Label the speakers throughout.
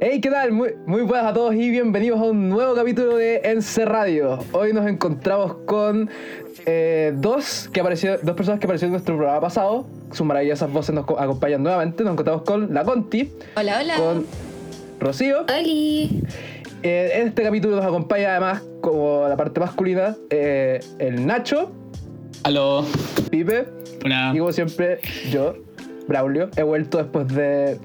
Speaker 1: Hey, ¿qué tal? Muy, muy buenas a todos y bienvenidos a un nuevo capítulo de Ence Radio. Hoy nos encontramos con eh, dos, que aparecieron, dos personas que aparecieron en nuestro programa pasado. Sus maravillosas voces nos co- acompañan nuevamente. Nos encontramos con la Conti,
Speaker 2: Hola, hola.
Speaker 1: con Rocío.
Speaker 2: Oli.
Speaker 1: Eh, en este capítulo nos acompaña además, como la parte masculina, eh, el Nacho,
Speaker 3: Aló.
Speaker 1: Pipe
Speaker 3: Hola.
Speaker 1: y como siempre yo, Braulio. He vuelto después de...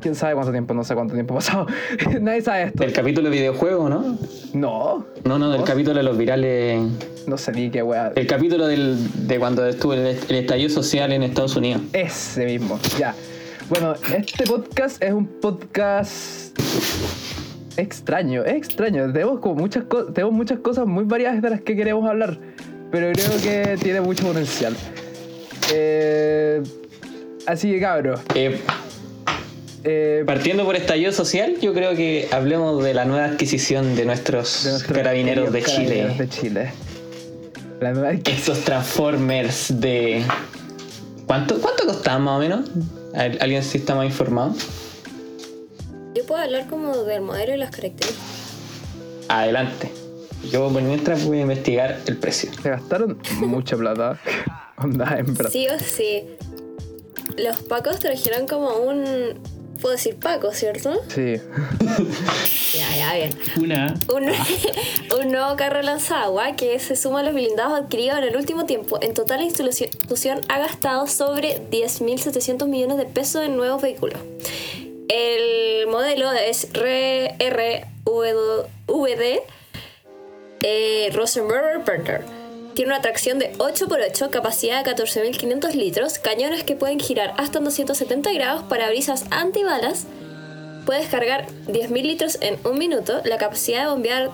Speaker 1: ¿Quién sabe cuánto tiempo? No sé cuánto tiempo ha pasado. Nadie sabe esto.
Speaker 3: Del capítulo de videojuego, ¿no?
Speaker 1: No,
Speaker 3: No, no, del capítulo de los virales.
Speaker 1: No sé ni qué wea.
Speaker 3: El capítulo del, de cuando estuvo el, el estallido social en Estados Unidos.
Speaker 1: Ese mismo, ya. Bueno, este podcast es un podcast extraño, es extraño. Tenemos como muchas cosas, tenemos muchas cosas muy variadas de las que queremos hablar, pero creo que tiene mucho potencial. Eh, así que cabros,
Speaker 3: Eh,
Speaker 1: eh,
Speaker 3: partiendo por estallido social, yo creo que hablemos de la nueva adquisición de nuestros,
Speaker 1: de nuestros
Speaker 3: carabineros de
Speaker 1: queridos
Speaker 3: Chile.
Speaker 1: carabineros de Chile. La nueva
Speaker 3: Estos Transformers de. ¿Cuánto, cuánto costaban más o menos? ¿Al- ¿Alguien sí está más informado?
Speaker 2: Yo puedo hablar como del modelo y las características.
Speaker 3: Adelante. Yo por mientras voy a investigar el precio.
Speaker 1: se gastaron mucha plata. Onda, en verdad.
Speaker 2: Sí o sí. Los pacos trajeron como un. Puedo decir paco, ¿cierto?
Speaker 1: Sí.
Speaker 2: Ya, ya, bien.
Speaker 3: Una.
Speaker 2: Un, un nuevo carro lanzagua que se suma a los blindados adquiridos en el último tiempo. En total, la institución ha gastado sobre 10.700 millones de pesos en nuevos vehículos. El modelo es RRVD eh, Rosenberger Panther. Tiene una tracción de 8x8, capacidad de 14.500 litros, cañones que pueden girar hasta 270 grados, parabrisas antibalas, Puedes cargar 10.000 litros en un minuto. La capacidad de bombear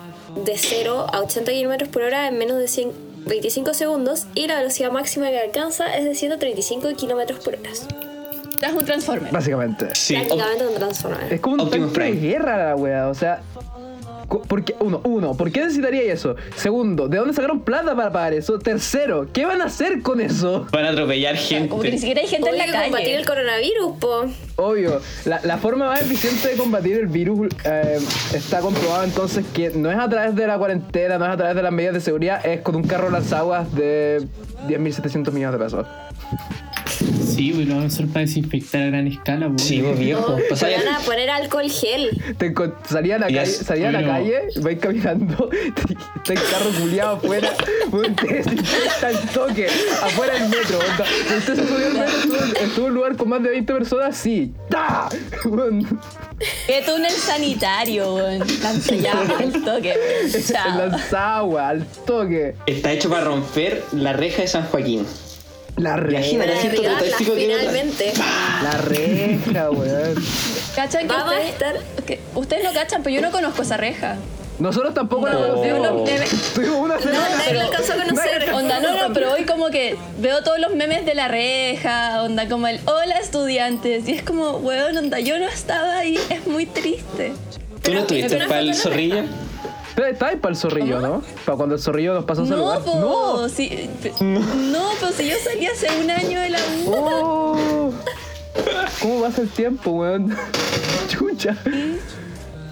Speaker 2: de 0 a 80 km por hora en menos de 100 25 segundos. Y la velocidad máxima que alcanza es de 135 km por hora.
Speaker 4: Estás un Transformer.
Speaker 1: Básicamente.
Speaker 3: Sí.
Speaker 2: Prácticamente un transformador.
Speaker 1: Es como un
Speaker 3: Optimus
Speaker 1: tanque de
Speaker 3: Prime.
Speaker 1: guerra la weá, o sea. cu- ¿Por qué? Uno, uno, ¿por qué necesitaría eso? Segundo, ¿de dónde sacaron plata para pagar eso? Tercero, ¿qué van a hacer con eso?
Speaker 3: Van a atropellar gente.
Speaker 4: Como que ni siquiera hay gente
Speaker 2: Oye,
Speaker 4: en la
Speaker 2: combatir
Speaker 4: calle.
Speaker 2: el coronavirus, po.
Speaker 1: Obvio, la, la forma más eficiente de combatir el virus eh, está comprobado entonces que no es a través de la cuarentena, no es a través de las medidas de seguridad, es con un carro lanzaguas de 10.700 millones de pesos.
Speaker 5: Sí, güey, lo van a usar para desinfectar a gran escala, güey.
Speaker 3: Sí, pues, viejo.
Speaker 2: No,
Speaker 3: O sea,
Speaker 2: te van a poner alcohol gel.
Speaker 1: Te encon- salía a la
Speaker 3: Y
Speaker 1: calle,
Speaker 3: es-
Speaker 1: salía a la
Speaker 5: Pero-
Speaker 1: calle, vais caminando, te- está el carro culiado afuera, weón, te desinfecta el toque, afuera del metro, onda. Usted se subió al metro, estuvo, estuvo en un lugar con más de 20 personas, sí, ¡ta! Weón,
Speaker 4: Qué túnel sanitario, weón. Cancelado al toque, weón.
Speaker 1: En
Speaker 4: Chao.
Speaker 1: las aguas, al toque.
Speaker 3: Está hecho para romper la reja de San Joaquín.
Speaker 1: La reja,
Speaker 3: Imagínate,
Speaker 2: Para
Speaker 3: siento que
Speaker 2: derribarla
Speaker 3: testigo tiene otra-
Speaker 2: finalmente.
Speaker 1: la reja, weón.
Speaker 4: ¿Cachan que
Speaker 2: Vamos a
Speaker 4: ustedes,
Speaker 2: estar-
Speaker 4: que ustedes no cachan, pero yo no conozco esa reja.
Speaker 1: Nosotros tampoco la
Speaker 3: No.
Speaker 4: Veo
Speaker 1: conocemos.
Speaker 4: los memes.
Speaker 1: Tuvimos una semana.
Speaker 2: nadie la alcanzó a conocer.
Speaker 1: Nadie la
Speaker 4: Onda, no, no, pero hoy como que veo todos los memes de la reja, onda como el hola estudiantes, y es como, weón, onda, yo no estaba ahí, es muy triste.
Speaker 3: ¿Tú no
Speaker 2: es
Speaker 3: estuviste
Speaker 2: una
Speaker 3: para el
Speaker 2: foto
Speaker 3: zorrillo?
Speaker 1: Está ahí para el zorrillo, ¿no? Para cuando el zorrillo nos pasó a
Speaker 4: No,
Speaker 1: saludar.
Speaker 4: po, si- no, pues si yo salí hace un año de la U.
Speaker 1: ¡Oh! ¿Cómo pasa el tiempo, weón? Chucha.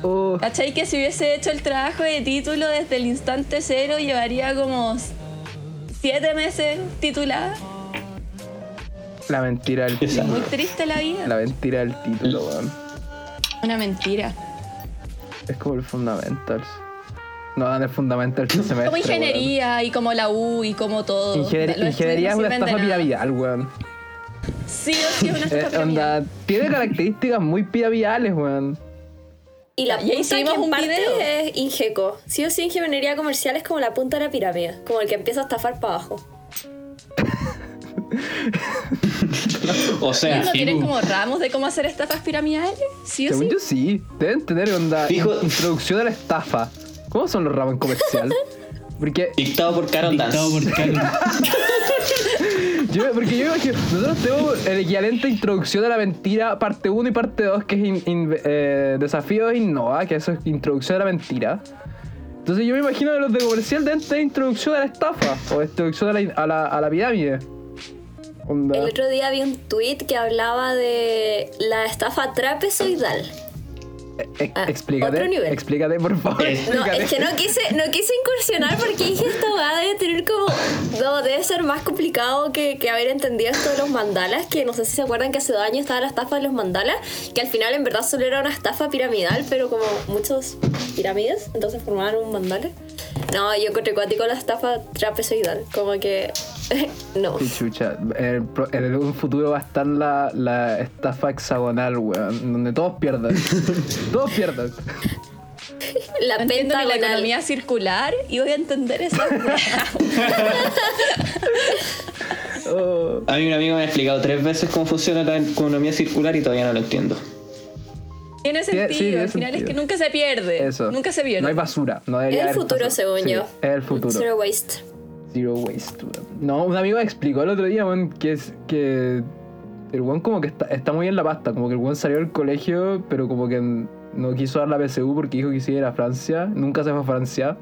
Speaker 1: Oh,
Speaker 4: ¿Cachai? Que si hubiese hecho el trabajo de título desde el instante cero, llevaría como s- siete meses titulada.
Speaker 1: la mentira del
Speaker 3: Esa.
Speaker 1: título.
Speaker 4: Muy triste la vida.
Speaker 1: La mentira del título, weón.
Speaker 4: Una mentira.
Speaker 1: Es como el Fundamentals. No dan el Fundamentals este semestre.
Speaker 4: Como
Speaker 1: weón.
Speaker 4: ingeniería y como la U y como todo.
Speaker 1: Ingenier-
Speaker 4: Los
Speaker 1: ingeniería es una
Speaker 4: estudios no sirven de
Speaker 1: estafa
Speaker 4: nada.
Speaker 1: piramidal, weón.
Speaker 4: Sí o sí es una
Speaker 1: Eh,
Speaker 4: estafa piramidal.
Speaker 1: onda, tiene características muy piramidales, weón.
Speaker 2: Y la
Speaker 4: Ya
Speaker 2: punta
Speaker 4: hicimos
Speaker 2: que
Speaker 4: un
Speaker 2: parte
Speaker 4: video.
Speaker 2: es Ingeco. Sí o sí, ingeniería comercial es como la punta de la pirámide. Como el que empieza a estafar para abajo.
Speaker 3: O sea,
Speaker 4: ¿No
Speaker 5: sí,
Speaker 4: tienen
Speaker 5: bu.
Speaker 4: como ramos de cómo hacer estafas piramidales? Sí o
Speaker 1: Según
Speaker 4: sí.
Speaker 1: yo sí. Deben tener onda.
Speaker 3: Fijo-
Speaker 1: in- introducción a la estafa. ¿Cómo son los ramos en comercial? Porque
Speaker 3: dictado por Carol Dance.
Speaker 5: Dictado por Carlos.
Speaker 1: Yo- porque yo imagino, nosotros tenemos el equivalente a introducción a la mentira, parte 1 y parte 2, que es in- in- eh, desafío e innova, que eso es introducción a la mentira. Entonces yo me imagino que los de comercial deben tener introducción a la estafa o introducción a la, a la, a la pirámide. Onda.
Speaker 2: El
Speaker 3: Ah.
Speaker 2: otro día vi un tweet que hablaba de la estafa trapezoidal.
Speaker 1: e-
Speaker 2: Ah,
Speaker 1: explícate,
Speaker 2: otro nivel.
Speaker 1: explícate, por favor.
Speaker 2: No,
Speaker 1: explícate.
Speaker 2: es que no quise, no quise incursionar porque dije esto va debe tener como. No, debe ser más complicado que, que haber entendido esto de los mandalas. Que no sé si se acuerdan que hace dos años estaba la estafa de los mandalas. Que al final en verdad solo era una estafa piramidal, pero como muchos pirámides, entonces formaban un mandala. No, yo encontré cuático la estafa trapezoidal. Como que. no.
Speaker 1: Sí, chucha. En, pro- en un futuro va a estar la, la estafa hexagonal, weón. Donde todos pierdan. todos pierdan.
Speaker 2: La
Speaker 4: Entiendo que la
Speaker 2: pentagonal.
Speaker 4: economía circular y voy a entender esa
Speaker 1: Oh.
Speaker 3: A mí un amigo me ha explicado tres veces cómo funciona la economía circular y todavía no lo entiendo.
Speaker 4: Tiene
Speaker 1: Tiene-
Speaker 4: sentido,
Speaker 1: sí, tiene
Speaker 4: al final es
Speaker 1: sentido.
Speaker 4: que nunca se pierde.
Speaker 1: Eso.
Speaker 4: Nunca se pierde.
Speaker 1: No hay basura. No
Speaker 2: Es
Speaker 1: debería
Speaker 2: el
Speaker 1: haber
Speaker 2: futuro,
Speaker 1: basura.
Speaker 2: según
Speaker 1: Sí,
Speaker 2: yo.
Speaker 1: Es el futuro.
Speaker 2: Zero waste.
Speaker 1: Zero waste. weón. No, un amigo explicó el otro día, weón, que es que el weón como que está, está muy en la pasta, como que el weón salió del colegio, pero como que no quiso dar la PSU porque dijo que quisiera ir a Francia, nunca se fue a Francia.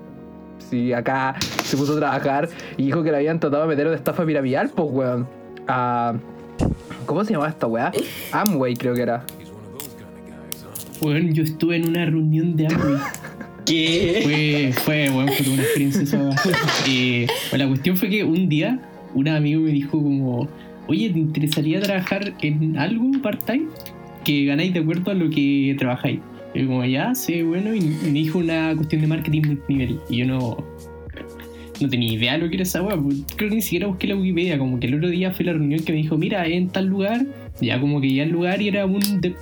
Speaker 1: Sí, acá se puso a trabajar y dijo que le habían tratado de meter una estafa piramidal, pues weón. A- ¿Cómo se llamaba esta weá? Amway creo que era.
Speaker 5: Bueno, yo estuve en una reunión de Amway.
Speaker 3: ¿Qué?
Speaker 5: Fue, fue, bueno, fue toda una experiencia esa. weá. Eh, bueno, la cuestión fue que un día un amigo me dijo como, oye, ¿te interesaría trabajar en algo part-time que ganáis de acuerdo a lo que trabajáis? Y yo como, ya, sí, bueno, y me dijo una cuestión de marketing nivel Y yo no, no tenía idea de lo que era esa weá. pues, Creo que ni siquiera busqué la Wikipedia. Como que el otro día fue la reunión que me dijo, mira, en tal lugar. Ya como que ya el lugar y era un... de-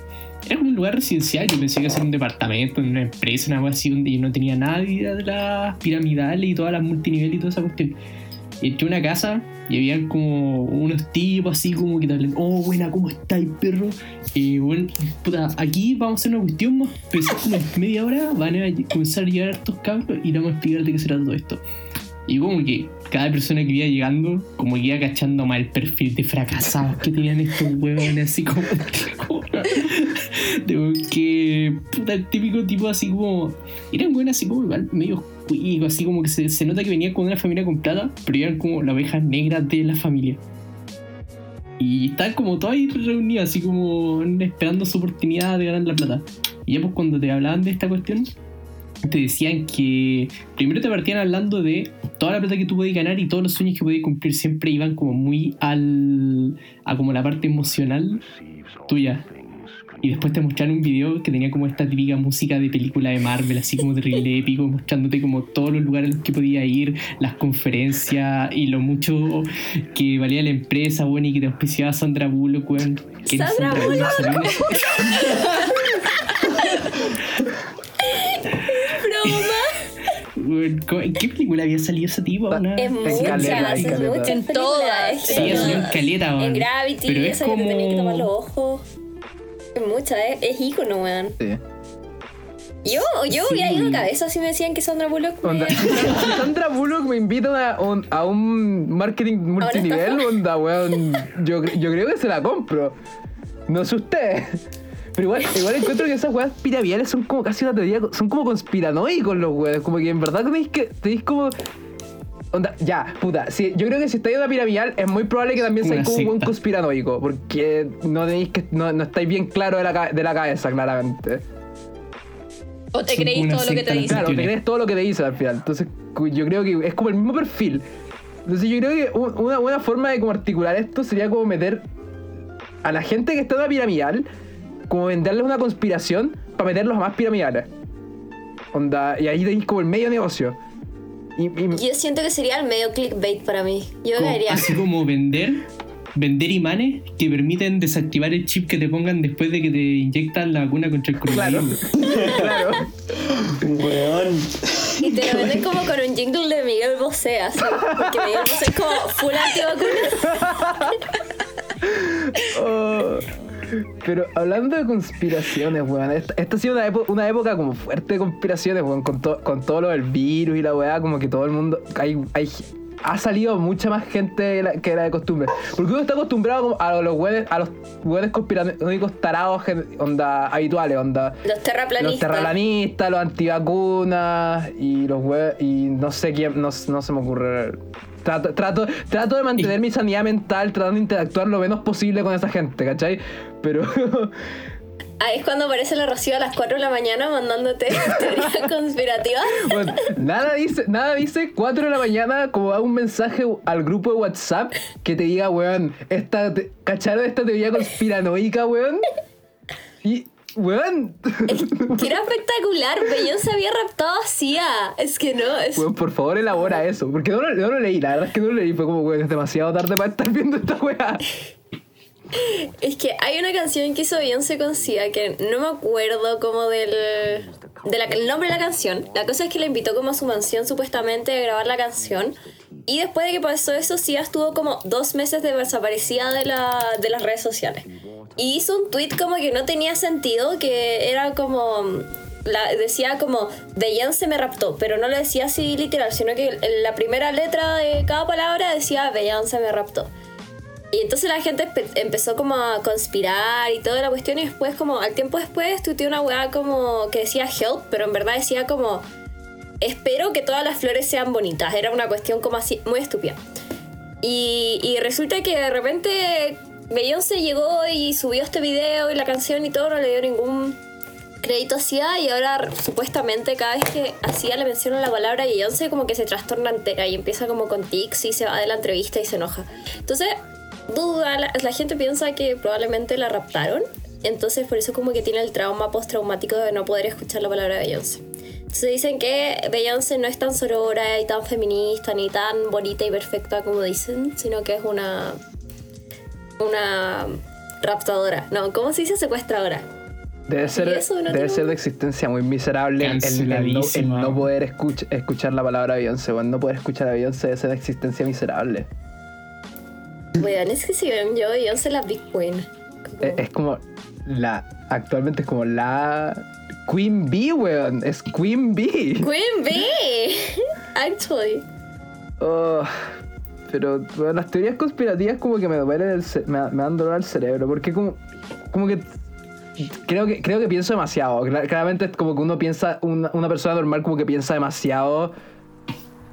Speaker 5: era como un lugar residencial, yo pensé que era un departamento, una empresa, una cosa así, donde yo no tenía nada de idea de las piramidales y todas las multinivel y toda esa cuestión. Y entré a una casa y había como unos tipos así como que te hablan, oh, buena, ¿cómo estáis, perro? Y bueno, puta, aquí vamos a hacer una cuestión, vamos a empezar como en media hora, van a ll- comenzar a llegar estos cabros y te vamos a explicar de qué será todo esto. Y como que cada persona que iba llegando, como que iba cachando más el perfil de fracasados que tenían estos huevones, así como... de weón que puta, el típico tipo así como era un weón así como igual medio cuico así como que se, se nota que venía con una familia con plata pero eran como las ovejas negras de la familia y estaban como todas ahí reunidas así como esperando su oportunidad de ganar la plata y ya pues cuando te hablaban de esta cuestión te decían que primero te partían hablando de toda la plata que tú podías ganar y todos los sueños que podías cumplir siempre iban como muy al a como la parte emocional tuya y después te mostraron un video que tenía como esta típica música de película de Marvel, así como terrible épico, mostrándote como todos los lugares a los que podía ir, las conferencias y lo mucho que valía la empresa, bueno, y que te auspiciaba Sandra Bullock, weón. Que era
Speaker 2: Sandra
Speaker 5: Bullock.
Speaker 2: Broma.
Speaker 5: Weón, ¿cómo- ¿En qué película había salido ese tipo? Una-
Speaker 2: Es
Speaker 1: caleta,
Speaker 2: muchas,
Speaker 1: en
Speaker 2: es
Speaker 1: caleta.
Speaker 2: muchas.
Speaker 4: En
Speaker 2: películas,
Speaker 4: todas,
Speaker 5: Sí,
Speaker 2: en
Speaker 5: ha
Speaker 2: todas.
Speaker 5: salido en caleta, weón.
Speaker 2: En Gravity,
Speaker 5: Pero es
Speaker 2: esa que
Speaker 5: como...
Speaker 2: te tenía que tapar los ojos. En Muchas, es, es ícono, weón.
Speaker 1: Sí.
Speaker 2: Yo, yo hubiera ido a cabeza si me decían que Sandra Bullock. me-
Speaker 1: Onda, si Sandra Bullock me invita a, un- a un marketing multinivel, onda, weón. Yo, yo creo que se la compro. No sé ustedes. Pero igual, igual encuentro que esas weas piramidales son como casi una teoría, son como conspiranoicos los weones. Como que en verdad tenéis que, tenéis como. Onda, ya, puta. sí, yo creo que si estáis en una piramidal es muy probable que también
Speaker 5: Una
Speaker 1: seáis como un buen
Speaker 5: secta.
Speaker 1: conspiranoico. Porque no tenéis que. No, no estáis bien claro de la, ca- de la cabeza, claramente.
Speaker 4: O te
Speaker 5: Son
Speaker 4: creís
Speaker 5: una
Speaker 4: todo lo que
Speaker 5: secta.
Speaker 4: te dicen.
Speaker 1: Claro, te
Speaker 5: Tiene.
Speaker 1: crees todo lo que te dicen al final. Entonces, cu- yo creo que es como el mismo perfil. Entonces, yo creo que u- una buena forma de como articular esto sería como meter a la gente que está en la piramidal, como venderles una conspiración para meterlos a más piramidales. Onda, y ahí tenéis como el medio negocio. Y, y-
Speaker 2: Yo siento que sería el medio clickbait para mí. Yo
Speaker 5: como-
Speaker 2: caería.
Speaker 5: así como vender vender imanes que permiten desactivar el chip que te pongan después de que te inyectan la vacuna contra el
Speaker 1: claro,
Speaker 5: coronavirus.
Speaker 1: claro.
Speaker 3: Weón.
Speaker 2: Y te lo venden como con un jingle de Miguel Bosé, así. Porque Miguel Bosé es como full antivacuna.
Speaker 1: Oh. Pero hablando de conspiraciones, weón, esta, esta ha sido una, epo- una época como fuerte de conspiraciones, weón, con, to- con todo lo del virus y la weá, como que todo el mundo. Hay, hay, ha salido mucha más gente de la- que era de costumbre. Porque uno está acostumbrado como a los weones, a los weones conspiranoicos tarados, gen- onda, habituales, onda.
Speaker 2: Los
Speaker 1: Los
Speaker 2: terraplanistas.
Speaker 1: terraplanistas, los antivacunas y los hue- y no sé quién, no, no se me ocurre. Trato, trato, trato de mantener mi sanidad mental, tratando de interactuar lo menos posible con esa gente, ¿cachai? Pero
Speaker 2: Ahí es cuando aparece la Rocío a las 4 de la mañana mandándote teorías conspirativas.
Speaker 1: Bueno, nada dice, nada dice 4 de la mañana como da un mensaje al grupo de WhatsApp que te diga, weón, esta te- ¿cacharon esta teoría conspiranoica, weón? Y, weón,
Speaker 2: Que era espectacular, Beyoncé había raptado a Sia. Es que no, es
Speaker 1: weón, por favor elabora eso. Porque no, lo- no lo leí, la verdad es que no lo leí, fue como, weón, es demasiado tarde para estar viendo esta weá.
Speaker 2: Es que hay una canción que hizo Beyoncé con Sia que no me acuerdo como del de la- el nombre de la canción. La cosa es que la invitó como a su mansión supuestamente a grabar la canción. Y después de que pasó eso, Sia estuvo como dos meses de desaparecida de, la- de las redes sociales. Y hizo un tweet como que no tenía sentido, que era como... la- decía como, Beyoncé me raptó, pero no lo decía así literal, sino que en la primera letra de cada palabra decía, Beyoncé me raptó. Y entonces la gente empe- empezó como a conspirar y toda la cuestión y después como al tiempo después tuiteé una weá como que decía help, pero en verdad decía como espero que todas las flores sean bonitas. Era una cuestión como así muy estúpida. Y, y resulta que de repente Beyoncé llegó y subió este video y la canción y todo, no le dio ningún crédito a Sia y ahora supuestamente cada vez que a Sia le mencionan la palabra Beyoncé como que se trastorna entera y empieza como con tics y se va de la entrevista y se enoja. Entonces, duda, la, la gente piensa que probablemente la raptaron, entonces por eso como que tiene el trauma postraumático de no poder escuchar la palabra Beyoncé. Entonces dicen que Beyoncé no es tan sorora y tan feminista ni tan bonita y perfecta como dicen, sino que es una una raptadora. No, ¿cómo se dice secuestradora?
Speaker 1: Debe ser,
Speaker 2: eso no
Speaker 1: debe
Speaker 2: tiene
Speaker 1: ser de existencia muy miserable el, el no- el no,
Speaker 5: Canceladísima.
Speaker 1: poder escuch- escuchar la palabra Beyoncé, weón, no poder escuchar a Beyoncé debe ser de existencia miserable.
Speaker 2: Weón, es que si ven yo, Beyoncé la Big Queen. Como-
Speaker 1: Es, es como la. Actualmente es como la. Queen Bee, weón. Es Queen Bee.
Speaker 2: Queen B! Actually.
Speaker 1: Oh, pero weón, las teorías conspirativas como que me duelen el ce- me, me dan dolor al cerebro. Porque como. Como que. Creo que, creo que pienso demasiado. Cla- Claramente es como que uno piensa. Una, una persona normal como que piensa demasiado.